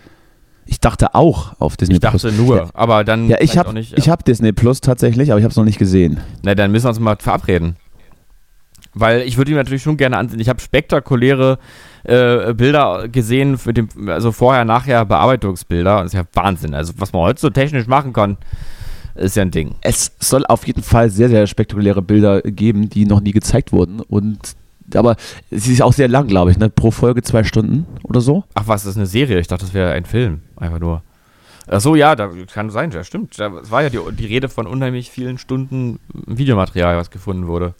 S3: Ich dachte auch auf Disney
S4: Ich dachte
S3: Plus.
S4: nur, aber dann.
S3: Ja, ich
S4: vielleicht auch
S3: habe
S4: nicht.
S3: ich hab Disney Plus tatsächlich, aber ich habe es noch nicht gesehen.
S4: Na, dann müssen wir uns mal verabreden. Weil ich würde ihm natürlich schon gerne ansehen. Ich habe spektakuläre äh, Bilder gesehen, mit dem, also vorher, nachher Bearbeitungsbilder. Das ist ja Wahnsinn. Also, was man heute so technisch machen kann, ist ja ein Ding.
S3: Es soll auf jeden Fall sehr, sehr spektakuläre Bilder geben, die noch nie gezeigt wurden. Und aber sie ist auch sehr lang, glaube ich, ne? Pro Folge zwei Stunden oder so.
S4: Ach, was, das ist eine Serie? Ich dachte, das wäre ein Film. Einfach nur. Ach so, ja, da kann sein, ja, stimmt. Da es war ja die, die Rede von unheimlich vielen Stunden Videomaterial, was gefunden wurde.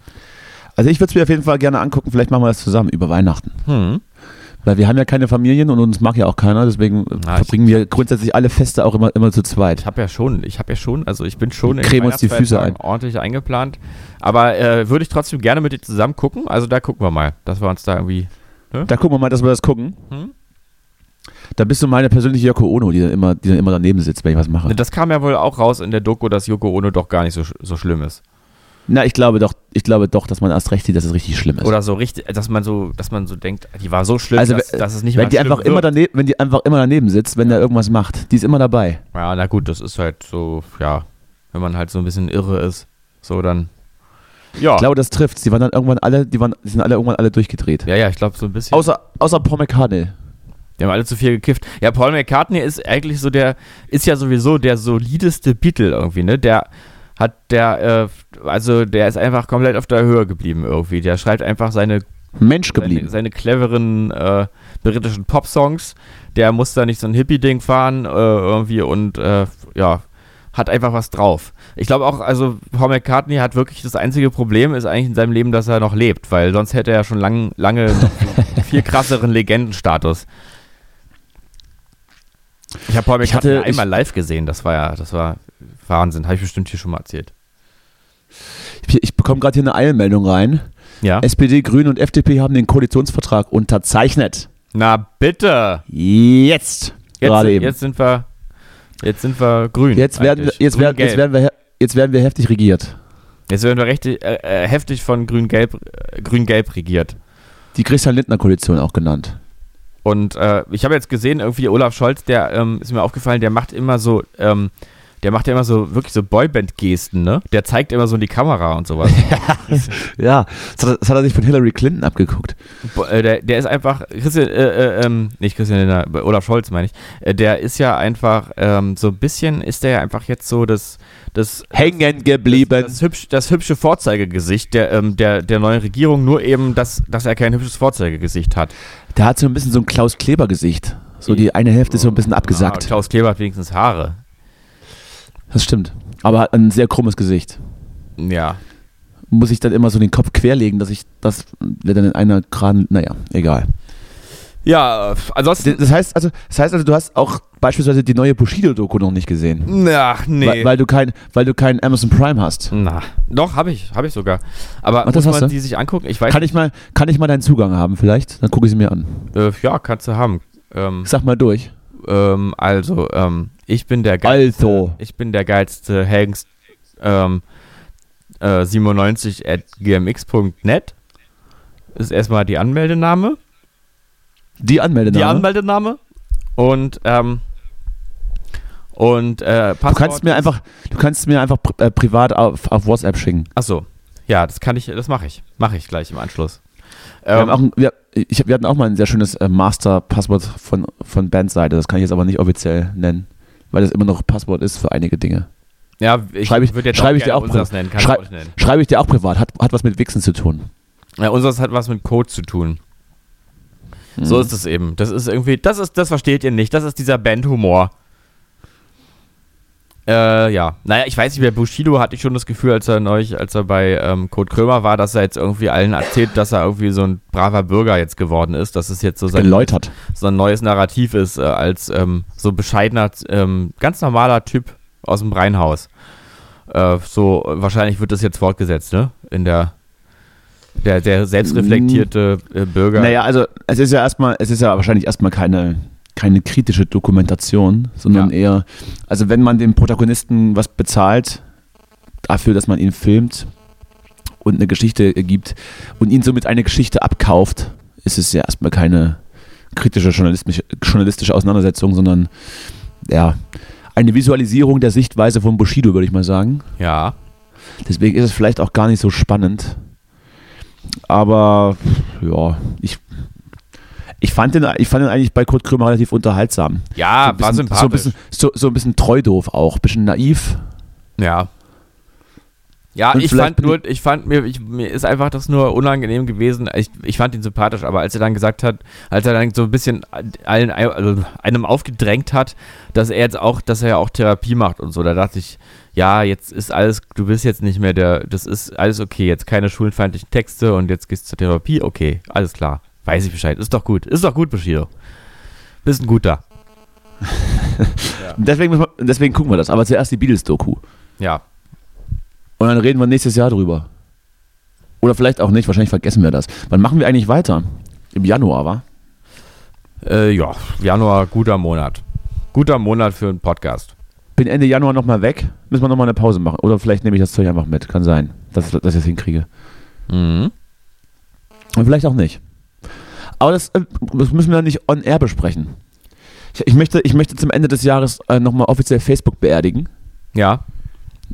S3: Also ich würde es mir auf jeden Fall gerne angucken. Vielleicht machen wir das zusammen über Weihnachten.
S4: Hm.
S3: Weil wir haben ja keine Familien und uns mag ja auch keiner. Deswegen äh,
S4: Na, Ah, ich-
S3: verbringen wir grundsätzlich alle Feste auch immer, immer zu zweit.
S4: Ich habe ja schon, ich habe ja schon, also ich bin schon
S3: Wir cremen uns die Füße
S4: Weihnachtsfeiertagen ordentlich eingeplant. Aber äh, würde ich trotzdem gerne mit dir zusammen gucken. Also da gucken wir mal, dass wir uns da irgendwie.
S3: Da gucken wir mal, dass wir das gucken.
S4: Hm?
S3: Da bist du meine persönliche Yoko Ono, die dann immer, die dann immer daneben sitzt, wenn ich was mache.
S4: Ne, Das kam ja wohl auch raus in der Doku, dass Yoko Ono doch gar nicht so, sch- so schlimm ist.
S3: Na, ich glaube doch, ich glaube doch, dass man erst recht sieht, dass es richtig schlimm ist.
S4: Oder so richtig, dass man so, dass man so denkt, die war so schlimm,
S3: also
S4: dass,
S3: wenn-
S4: dass es nicht
S3: wenn
S4: mal
S3: die
S4: schlimm
S3: einfach immer
S4: wird.
S3: daneben, wenn die einfach immer daneben sitzt, wenn er irgendwas macht, die ist immer dabei.
S4: Ja, na gut, das ist halt so, ja, wenn man halt so ein bisschen irre ist, so dann. Ja,
S3: Ich glaube, das trifft's. Die waren dann irgendwann alle, die waren, die sind alle irgendwann alle durchgedreht.
S4: ja, ja, ich glaube so ein bisschen.
S3: Außer außer Paul McCartney.
S4: Die haben alle zu viel gekifft. Ja, Paul McCartney ist eigentlich so der, ist ja sowieso der solideste Beatle irgendwie, ne? Der hat der, äh, also der ist einfach komplett auf der Höhe geblieben irgendwie. Der schreibt einfach seine,
S3: Mensch
S4: seine,
S3: geblieben.
S4: seine cleveren äh, britischen Popsongs. Der muss da nicht so ein Hippie-Ding fahren äh, irgendwie und äh, ja, hat einfach was drauf. Ich glaube auch, also Paul McCartney hat wirklich das einzige Problem ist eigentlich in seinem Leben, dass er noch lebt, weil sonst hätte er schon lang, lange noch viel krasseren Legendenstatus. Ich habe Paul
S3: Ich
S4: McCartney
S3: hatte-
S4: einmal live gesehen, das war ja, das war Wahnsinn, habe ich bestimmt hier schon mal erzählt.
S3: Ich, ich bekomme gerade hier eine Eilmeldung rein.
S4: Ja.
S3: SPD, Grüne und FDP haben den Koalitionsvertrag unterzeichnet.
S4: Na bitte.
S3: Jetzt.
S4: Jetzt,
S3: Gerade eben.
S4: jetzt sind wir jetzt sind wir grün.
S3: Jetzt werden,
S4: eigentlich.
S3: jetzt, werden,
S4: Grün-Gelb.
S3: jetzt, werden wir, he- jetzt werden wir heftig regiert.
S4: jetzt werden wir richtig äh, äh, heftig von grün gelb äh, grün gelb regiert.
S3: Die Christian-Lindner-Koalition auch genannt.
S4: Und äh, ich habe jetzt gesehen, irgendwie Olaf Scholz, der ähm, ist mir aufgefallen, der macht immer so, ähm, der macht ja immer so wirklich so Boyband-Gesten, ne? Der zeigt immer so in die Kamera und sowas.
S3: Ja, das hat, er- das hat er sich von Hillary Clinton abgeguckt.
S4: Bo- äh, der, der ist einfach, Christian, äh, äh, ähm, nicht Christian Lindner, bei Olaf Scholz meine ich, äh, der ist ja einfach ähm, so ein bisschen, ist der ja einfach jetzt so das, das,
S3: Hängen geblieben.
S4: das, hübsch, das hübsche Vorzeigegesicht der, ähm, der, der neuen Regierung, nur eben, dass, dass er kein hübsches Vorzeigegesicht hat.
S3: Der hat so ein bisschen so ein Klaus-Kleber-Gesicht. So die eine Hälfte ist so ein bisschen
S4: Ah,
S3: abgesackt.
S4: Klaus Kleber hat wenigstens Haare.
S3: Das stimmt. Aber hat ein sehr krummes Gesicht.
S4: Ja.
S3: Muss ich dann immer so den Kopf querlegen, dass ich das der dann in einer geraden. Naja, egal.
S4: Ja, äh, ansonsten.
S3: Das heißt also, das heißt also, du hast auch beispielsweise die neue Bushido-Doku noch nicht gesehen.
S4: Ach, nee.
S3: Weil, weil, du kein, weil du kein Amazon Prime hast.
S4: Na, doch, habe ich, habe ich sogar. Aber
S3: Ach, das
S4: muss
S3: hast
S4: man
S3: du?
S4: die sich angucken? Ich weiß,
S3: Kann ich mal, kann ich mal deinen Zugang haben vielleicht? Dann gucke ich sie mir an.
S4: äh, ja, kannst du haben. Ähm,
S3: Sag mal durch.
S4: ähm, also, ähm, ich bin der Geist.
S3: Also.
S4: Ich bin der geilste Hengst ähm, äh, 97 at gmx.net. Ist erstmal die Anmeldename.
S3: Die Anmeldename.
S4: Die Anmeldename. Und, ähm, und äh, Passwort.
S3: du kannst mir einfach, du kannst mir einfach pri- äh, privat auf, auf WhatsApp schicken.
S4: Achso. Ja, das kann ich, das mache ich. Mache ich gleich im Anschluss.
S3: Wir,
S4: Ähm,
S3: haben auch ein, wir, ich, hab- wir hatten auch mal ein sehr schönes äh, Master-Passwort von, von Bandseite. Das kann ich jetzt aber nicht offiziell nennen, weil das immer noch Passwort ist für einige Dinge.
S4: ja, ich
S3: Schreibe ich,
S4: würd jetzt
S3: schreibe ich dir
S4: gerne
S3: auch
S4: unseres
S3: privat.
S4: nennen. Kann
S3: Schrei-
S4: ich auch nicht nennen.
S3: Schreibe ich dir auch privat. Hat, hat was mit Wichsen zu tun.
S4: Ja, unseres hat was mit Code zu tun. So ist es eben. Das ist irgendwie, das ist, das versteht ihr nicht. Das ist dieser Bandhumor. Äh, ja. Naja, ich weiß nicht, mehr Bushido hatte ich schon das Gefühl, als er neulich, als er bei ähm, Kurt Krömer war, dass er jetzt irgendwie allen erzählt, dass er irgendwie so ein braver Bürger jetzt geworden ist. Dass es jetzt so sein,
S3: Geläutert.
S4: so ein neues Narrativ ist, äh, als ähm, so bescheidener, ähm, ganz normaler Typ aus dem Breinhaus. Äh, so, äh, wahrscheinlich wird das jetzt fortgesetzt, ne? In der, der, der selbstreflektierte äh, Bürger.
S3: Naja, also es ist ja erstmal, es ist ja wahrscheinlich erstmal keine, keine kritische Dokumentation, sondern
S4: Ja.
S3: eher, also wenn man dem Protagonisten was bezahlt, dafür, dass man ihn filmt und eine Geschichte gibt und ihn somit eine Geschichte abkauft, ist es ja erstmal keine, kritische journalistische, journalistische Auseinandersetzung, sondern ja, eine Visualisierung der Sichtweise von Bushido, würde ich mal sagen.
S4: Ja.
S3: Deswegen ist es vielleicht auch gar nicht so spannend. Aber ja, ich, ich, fand den, ich fand den eigentlich bei Kurt Krömer relativ unterhaltsam.
S4: Ja,
S3: ein bisschen, so, ein bisschen, so, so ein bisschen treudoof auch, ein bisschen naiv.
S4: Ja. Ja,
S3: Und
S4: ich
S3: vielleicht
S4: fand
S3: bin
S4: nur, ich fand mir, ich, mir ist einfach das nur unangenehm gewesen. Ich, ich fand ihn sympathisch, aber als er dann gesagt hat, als er dann so ein bisschen allen, also einem aufgedrängt hat, dass er jetzt auch, dass er ja auch Therapie macht und so, da dachte ich, ja, jetzt ist alles, du bist jetzt nicht mehr der, das ist alles okay, jetzt keine schulenfeindlichen Texte und jetzt gehst du zur Therapie, okay, alles klar, weiß ich Bescheid, ist doch gut, ist doch gut, Bushido. Bist ein guter.
S3: Deswegen, muss man- deswegen gucken wir das. Aber zuerst die Beatles-Doku.
S4: Ja,
S3: Und dann reden wir nächstes Jahr drüber. Oder vielleicht auch nicht, wahrscheinlich vergessen wir das. Wann machen wir eigentlich weiter? Im Januar, wa?
S4: äh, ja, Januar, guter Monat. Guter Monat für einen Podcast.
S3: Bin Ende Januar nochmal weg. Müssen wir nochmal eine Pause machen. Oder vielleicht nehme ich das Zeug einfach mit. Kann sein, dass, dass ich das hinkriege.
S4: Mhm.
S3: Und vielleicht auch nicht. Aber das, äh, das müssen wir nicht on air besprechen. Ich, ich, möchte, ich möchte zum Ende des Jahres äh, nochmal offiziell Facebook beerdigen.
S4: Ja,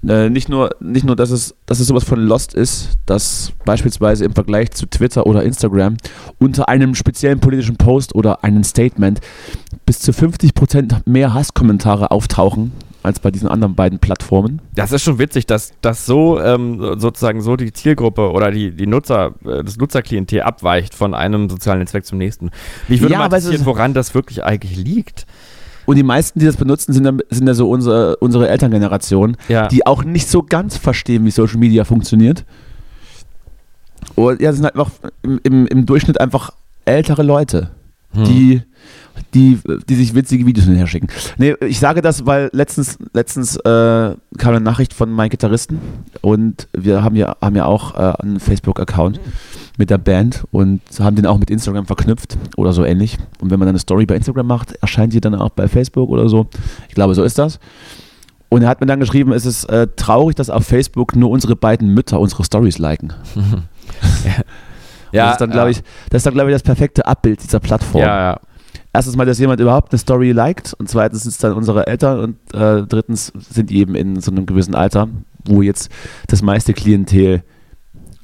S3: Äh, nicht, nur, nicht nur, dass es, dass es sowas von Lost ist, dass beispielsweise im Vergleich zu Twitter oder Instagram unter einem speziellen politischen Post oder einem Statement bis zu 50% mehr Hasskommentare auftauchen als bei diesen anderen beiden Plattformen.
S4: das ist schon witzig, dass, dass so ähm, sozusagen so die Zielgruppe oder die, die Nutzer, äh, das Nutzerklientel abweicht von einem sozialen Netzwerk zum nächsten. Mich würde
S3: Ja,
S4: mal
S3: aber es
S4: interessieren,
S3: ist-
S4: woran das wirklich eigentlich liegt.
S3: Und die meisten, die das benutzen, sind, dann, sind ja so unsere, unsere Elterngeneration,
S4: Ja.
S3: die auch nicht so ganz verstehen, wie Social Media funktioniert. Und ja, sind halt einfach im, im, im Durchschnitt einfach ältere Leute, die, die, die sich witzige Videos hinher schicken. Nee, ich sage das, weil letztens, letztens äh, kam eine Nachricht von meinen Gitarristen und wir haben ja, haben ja auch äh, einen Facebook-Account mit der Band und haben den auch mit Instagram verknüpft oder so ähnlich. Und wenn man dann eine Story bei Instagram macht, erscheint die dann auch bei Facebook oder so. Ich glaube, so ist das. Und er hat mir dann geschrieben, es ist äh, traurig, dass auf Facebook nur unsere beiden Mütter unsere Stories liken. das ist dann, glaube ich, das ist dann, glaube ich, das perfekte Abbild dieser Plattform.
S4: Ja, ja.
S3: Erstens mal, dass jemand überhaupt eine Story liked und zweitens sind es dann unsere Eltern und äh, drittens sind die eben in so einem gewissen Alter, wo jetzt das meiste Klientel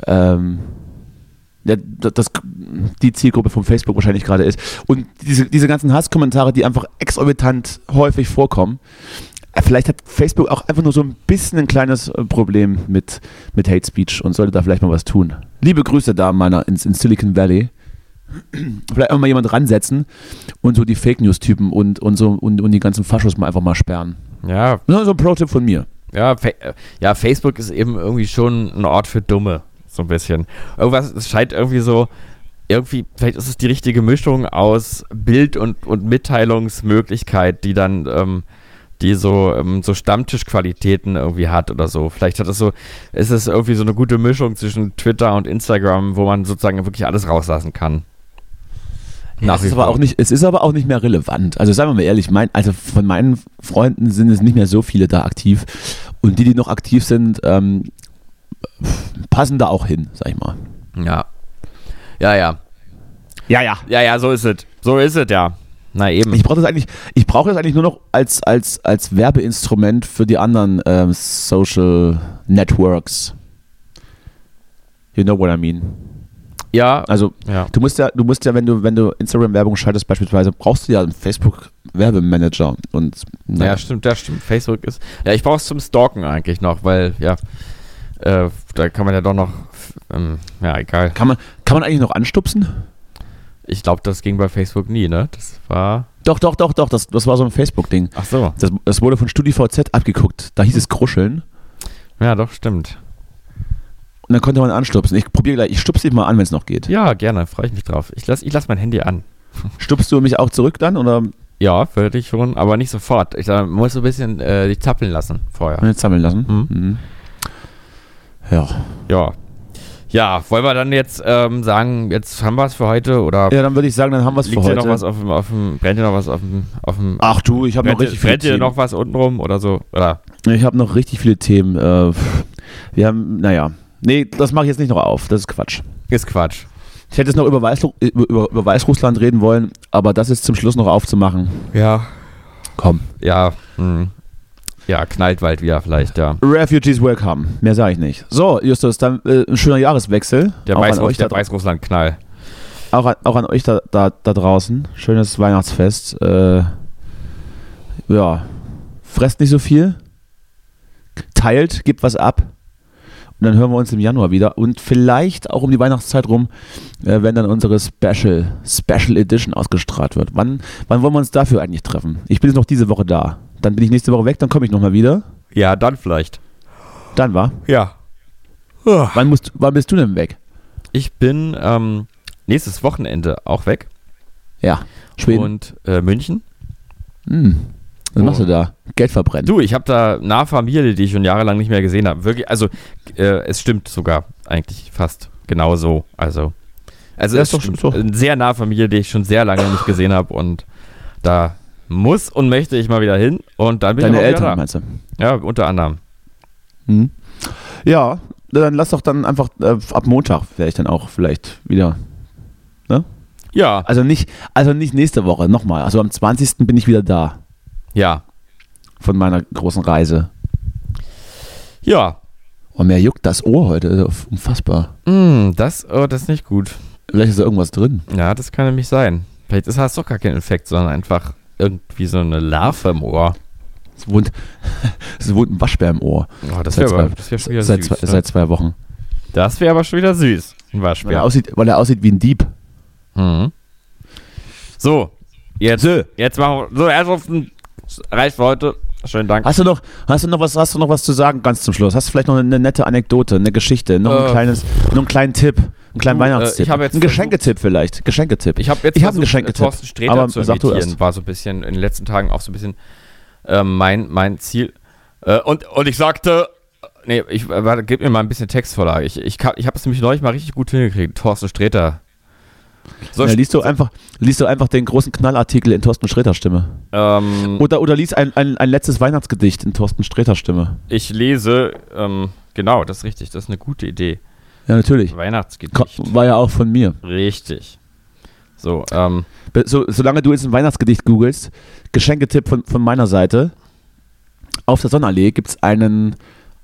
S3: ähm, ja, da- das, die Zielgruppe von Facebook wahrscheinlich gerade ist. Und diese, diese ganzen Hasskommentare, die einfach exorbitant häufig vorkommen, äh, vielleicht hat Facebook auch einfach nur so ein bisschen ein kleines äh, Problem mit, mit Hate Speech und sollte da vielleicht mal was tun. Liebe Grüße da meiner ins, ins Silicon Valley. Vielleicht auch mal jemand ransetzen und so die Fake News-Typen und, und, so, und, und die ganzen Faschos mal einfach mal sperren.
S4: Ja,
S3: Nur so ein Pro-Tipp von mir.
S4: ja, Fa äh, ja, Facebook ist eben irgendwie schon ein Ort für Dumme. So ein bisschen. Irgendwas, es scheint irgendwie so, irgendwie, vielleicht ist es die richtige Mischung aus Bild- und, und Mitteilungsmöglichkeit, die dann, ähm, die so, ähm, so Stammtischqualitäten irgendwie hat oder so. Vielleicht hat es so, ist es irgendwie so eine gute Mischung zwischen Twitter und Instagram, wo man sozusagen wirklich alles rauslassen kann. Nach
S3: es,
S4: wie
S3: ist aber
S4: vor.
S3: auch nicht, es ist aber auch nicht mehr relevant. Also seien wir mal ehrlich, mein, also von meinen Freunden sind es nicht mehr so viele da aktiv. Und die, die noch aktiv sind, ähm, passen da auch hin, sag ich mal.
S4: Ja. Ja, ja.
S3: Ja, ja.
S4: Ja, ja, so ist es. So ist es, ja. Na eben.
S3: Ich brauche das eigentlich, ich brauche das eigentlich nur noch als, als, als Werbeinstrument für die anderen ähm, Social Networks. You know what I mean.
S4: ja,
S3: Also
S4: ja.
S3: Du musst ja, du musst ja, wenn du, wenn du Instagram-Werbung schaltest, beispielsweise, brauchst du ja einen Facebook-Werbemanager. Und
S4: Ja,
S3: naja,
S4: stimmt, das stimmt. Facebook ist. Ja, ich brauche es zum Stalken eigentlich noch, weil, ja, äh, da kann man ja doch noch. Ähm, ja, egal.
S3: kann, man, kann man eigentlich noch anstupsen?
S4: Ich glaube, das ging bei Facebook nie, ne? Das war.
S3: Doch, doch, doch, doch, das, das war so ein Facebook-Ding.
S4: Ach so.
S3: Das, das wurde von StudiVZ abgeguckt. Da hieß es Kruscheln.
S4: Ja, doch, stimmt.
S3: Und dann konnte man anstupsen. Ich probiere gleich, ich stupse dich mal an, wenn es noch geht.
S4: Ja, gerne, freue ich mich drauf. Ich lasse ich lass mein Handy an.
S3: Stupst du mich auch zurück dann? Oder
S4: Ja, würde ich schon, aber nicht sofort. Ich äh, muss so ein bisschen äh, dich zappeln lassen vorher.
S3: jetzt sammeln lassen?
S4: Mhm.
S3: Mhm. Ja.
S4: Ja. Ja, wollen wir dann jetzt ähm, sagen, jetzt haben wir es für heute oder
S3: Ja, dann würde ich sagen, dann haben wir es für
S4: liegt dir
S3: heute.
S4: noch was auf dem, auf dem, brennt dir noch was auf dem, auf dem
S3: Ach du, ich habe noch richtig viel
S4: brennt dir
S3: Themen.
S4: noch was unten rum oder so? Oder
S3: Ich habe noch richtig viele Themen. Äh, wir haben, naja. Nee, das mache ich jetzt nicht noch auf. Das ist Quatsch.
S4: Ist Quatsch.
S3: Ich hätte es noch über, Weißru über, über, über Weißrussland reden wollen, aber das ist zum Schluss noch aufzumachen.
S4: Ja.
S3: Komm.
S4: Ja. Hm. Ja, knallt bald wieder vielleicht, ja.
S3: Refugees welcome. Mehr sage ich nicht. So, Justus, dann äh, ein schöner Jahreswechsel.
S4: Der,
S3: auch, an
S4: Weißruss
S3: euch da,
S4: der Weißrussland-Knall.
S3: auch, an, auch an euch da, da, da draußen. Schönes Weihnachtsfest. Äh, ja, fresst nicht so viel. Teilt, gibt was ab. Und dann hören wir uns im Januar wieder. Und vielleicht auch um die Weihnachtszeit rum, äh, wenn dann unsere Special, Special Edition ausgestrahlt wird. Wann, wann wollen wir uns dafür eigentlich treffen? Ich bin jetzt noch diese Woche da. Dann bin ich nächste Woche weg, dann komme ich nochmal wieder.
S4: Ja, dann vielleicht.
S3: Dann war.
S4: Ja.
S3: Wann, musst, wann bist du denn weg?
S4: Ich bin ähm, nächstes Wochenende auch weg.
S3: Ja. Schweden.
S4: Und äh, München.
S3: Hm. Was
S4: Oh.
S3: machst du da? Geld verbrennen.
S4: Du, ich habe da nahe Familie, die ich schon jahrelang nicht mehr gesehen habe. Wirklich, also äh, es stimmt sogar eigentlich fast genau so. Also, also
S3: Ja,
S4: es
S3: ist doch
S4: stimmt.
S3: so.
S4: Eine sehr nahe Familie, die ich schon sehr lange nicht gesehen habe und da muss und möchte ich mal wieder hin und dann bin
S3: Deine
S4: ich auch
S3: Eltern,
S4: wieder
S3: meinst du?
S4: da. Ja, unter anderem.
S3: Hm. Ja, dann lass doch dann einfach äh, ab Montag wäre ich dann auch vielleicht wieder.
S4: Ja,
S3: Also nicht, also nicht nächste Woche, nochmal. Also am 20. bin ich wieder da
S4: ja,
S3: von meiner großen Reise.
S4: ja.
S3: Und mir juckt das Ohr heute. Das ist unfassbar.
S4: Mm, das, oh, das ist nicht gut.
S3: Vielleicht ist da irgendwas drin.
S4: Ja, das kann nämlich sein. Vielleicht ist hast du doch gar keinen Infekt, sondern einfach irgendwie so eine Larve im Ohr.
S3: Es wohnt, es wohnt ein Waschbär im Ohr.
S4: Oh, das
S3: Seit
S4: wäre aber,
S3: zwei-
S4: das wär schon wieder
S3: Seit,
S4: süß.
S3: zwei,
S4: ne?
S3: seit zwei Wochen.
S4: Das wäre aber schon wieder süß. Ein
S3: Weil,
S4: Waschbär.
S3: er aussieht, weil er aussieht wie ein Dieb.
S4: Mhm. So, jetzt,
S3: So.
S4: jetzt machen wir. So, Herrschaften, reicht für heute. Schönen Dank.
S3: Hast du noch, hast du noch was, hast du noch was zu sagen ganz zum Schluss? Hast du vielleicht noch eine nette Anekdote, eine Geschichte, noch ein
S4: Äh.
S3: kleines, noch einen kleinen Tipp, einen kleinen
S4: Du, äh,
S3: Weihnachtstipp,
S4: ich habe jetzt
S3: einen
S4: versucht-
S3: Geschenketipp vielleicht, Geschenketipp.
S4: Ich habe jetzt
S3: ich hab einen
S4: versucht, äh,
S3: Geschenketipp,
S4: Thorsten Sträter
S3: aber
S4: zu
S3: sag du
S4: imitieren.
S3: erst.
S4: War so ein bisschen in den letzten Tagen auch so ein bisschen ähm, mein, mein Ziel. Äh, und, und ich sagte. Nee, ich, äh, warte, gib mir mal ein bisschen Textvorlage. Ich, ich, kann- ich habe es nämlich neulich mal richtig gut hingekriegt. Thorsten Sträter. So,
S3: ja, liest du einfach, liest du einfach den großen Knallartikel in Thorsten Sträter Stimme.
S4: ähm,
S3: Oder, oder liest ein, ein, ein letztes Weihnachtsgedicht in Thorsten Sträter Stimme.
S4: ich lese. Ähm, genau, das ist richtig. Das ist eine gute Idee.
S3: Ja, natürlich. Ko-
S4: Weihnachtsgedicht.
S3: War ja auch von mir.
S4: Richtig. So, ähm,
S3: Be- So, solange du jetzt ein Weihnachtsgedicht googelst, Geschenketipp von, von meiner Seite. Auf der Sonnenallee gibt es einen,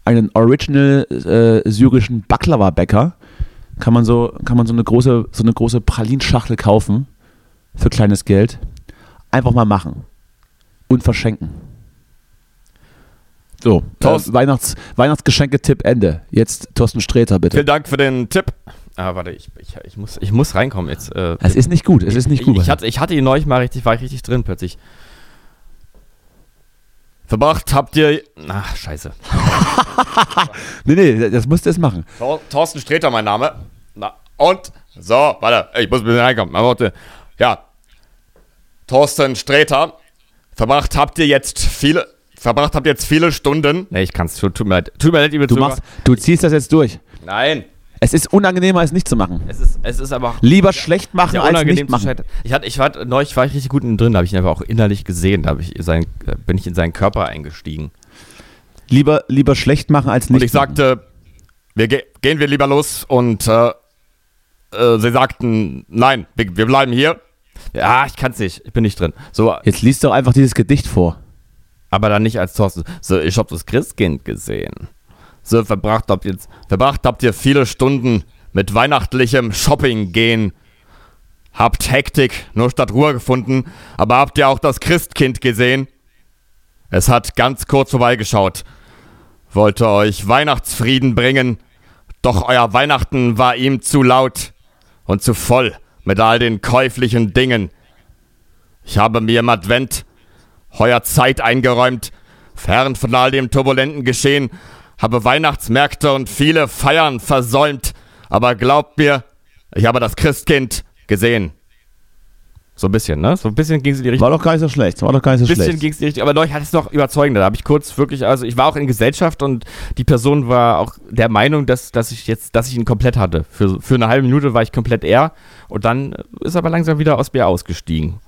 S3: einen original äh, syrischen Baklava-Bäcker. Kann man, so, kann man so eine große, so eine große Pralinschachtel kaufen für kleines Geld. Einfach mal machen. Und verschenken. So, äh,
S4: Thorsten-
S3: Weihnachts, Weihnachtsgeschenketipp Ende. Jetzt Thorsten Sträter, bitte.
S4: vielen Dank für den Tipp. Ah, warte, ich, ich, ich, muss, ich muss reinkommen jetzt. Äh,
S3: Es ist nicht gut, es ist nicht
S4: ich,
S3: gut.
S4: ich, hatte, ich hatte ihn neulich mal richtig, war ich richtig drin plötzlich. Verbracht habt ihr. Ach, scheiße.
S3: nee, nee, das musst du jetzt machen.
S4: Thor, Thorsten Sträter, mein Name. Na, und? So, warte, ich muss ein bisschen reinkommen. Aber warte. Ja. Thorsten Sträter. Verbracht habt ihr jetzt viele. Verbracht habt ihr jetzt viele Stunden. Nee, ich kann's. Tut, tut mir leid. Tut mir leid, liebe
S3: Du, machst, du ziehst das jetzt durch.
S4: Nein.
S3: Es ist unangenehmer, es nicht zu machen.
S4: Es ist, es ist aber.
S3: Lieber schlecht machen
S4: sehr
S3: als nicht
S4: unangenehm zu
S3: machen.
S4: scheitern. Ich hatte, ich war, neulich war ich richtig gut innen drin, da habe ich ihn aber auch innerlich gesehen, da habe ich sein, da bin ich in seinen Körper eingestiegen.
S3: Lieber, lieber schlecht machen als nicht
S5: Und ich
S3: machen.
S5: sagte, wir ge gehen wir lieber los. Und äh, äh, sie sagten, nein, wir, wir bleiben hier.
S4: Ja, ich kann's nicht, ich bin nicht drin. So,
S3: Jetzt liest doch einfach dieses Gedicht vor.
S4: aber dann nicht als Thorsten. So, ich habe das Christkind gesehen.
S5: So verbracht habt ihr, verbracht habt ihr viele Stunden mit weihnachtlichem Shopping gehen. Habt Hektik nur statt Ruhe gefunden, aber habt ihr auch das Christkind gesehen? Es hat ganz kurz vorbeigeschaut, wollte euch Weihnachtsfrieden bringen, doch euer Weihnachten war ihm zu laut und zu voll mit all den käuflichen Dingen. Ich habe mir im Advent heuer Zeit eingeräumt, fern von all dem turbulenten Geschehen, habe Weihnachtsmärkte und viele Feiern versäumt, aber glaubt mir, ich habe das Christkind gesehen.
S4: So ein bisschen, ne? So ein bisschen ging's in die Richtung.
S3: War doch gar nicht so schlecht. War doch gar nicht so
S4: bisschen
S3: schlecht.
S4: ging's in die Richtung, aber neulich hat es noch überzeugender. Da habe ich kurz wirklich, also ich war auch in Gesellschaft und die Person war auch der Meinung, dass, dass ich jetzt, dass ich ihn komplett hatte. Für, für eine halbe Minute war ich komplett er und dann ist er aber langsam wieder aus mir ausgestiegen.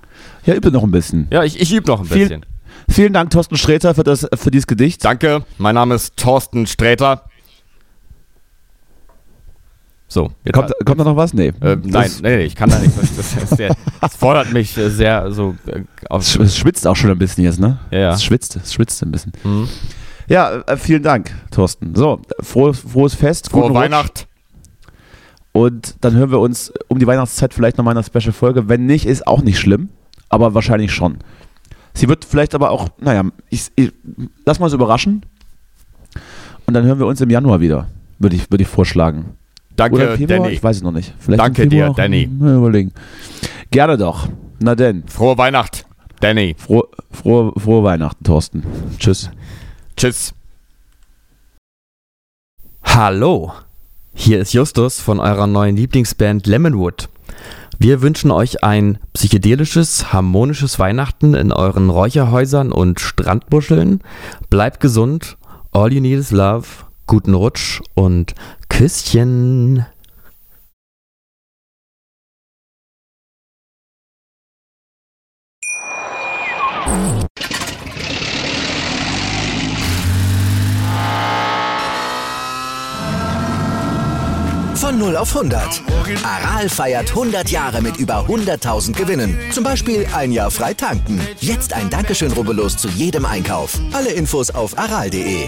S3: Ja, übe noch ein bisschen.
S4: Ja, ich, ich übe noch ein
S3: Viel-
S4: bisschen.
S3: Vielen Dank, Thorsten Sträter, für, das, für dieses Gedicht.
S5: Danke, mein Name ist Thorsten Sträter.
S4: So, jetzt
S3: Kommt, kommt da noch was? Nee.
S4: Äh, nein,
S3: Das-
S4: nee, nee, ich kann da nicht. Das, das, ist sehr, das fordert mich äh, sehr so äh, auf.
S3: Es sch- es schwitzt auch schon ein bisschen jetzt, ne?
S4: Ja, ja.
S3: Es schwitzt, es schwitzt ein bisschen.
S4: Mhm.
S3: Ja, äh, vielen Dank, Thorsten. So, frohes, frohes Fest,
S5: Frohe
S3: guten Rutsch.
S5: Weihnacht.
S3: Und dann hören wir uns um die Weihnachtszeit vielleicht nochmal in einer Special-Folge. Wenn nicht, ist auch nicht schlimm, aber wahrscheinlich schon. Sie wird vielleicht aber auch, naja, ich, ich, lass mal uns überraschen. Und dann hören wir uns im Januar wieder, würde ich, würde ich vorschlagen. Oder im
S5: Danke,
S3: Februar?
S5: Danny.
S3: Ich weiß es noch nicht. Vielleicht
S5: Danke
S3: im
S5: dir,
S3: Februar auch.
S5: Danny.
S3: Mal überlegen. Gerne doch. Na denn,
S5: Frohe Weihnacht, Danny.
S3: frohe, frohe, frohe Weihnachten, Thorsten. Tschüss.
S5: Tschüss.
S4: Hallo, hier ist Justus von eurer neuen Lieblingsband Lemonwood. Wir wünschen euch ein psychedelisches, harmonisches Weihnachten in euren Räucherhäusern und Strandbuscheln. Bleibt gesund, all you need is love, guten Rutsch und Küsschen.
S1: Von 0 auf 100. Aral feiert 100 Jahre mit über 100.000 Gewinnen. Zum Beispiel ein Jahr frei tanken. Jetzt ein Dankeschön, rubbellos zu jedem Einkauf. Alle Infos auf aral.de.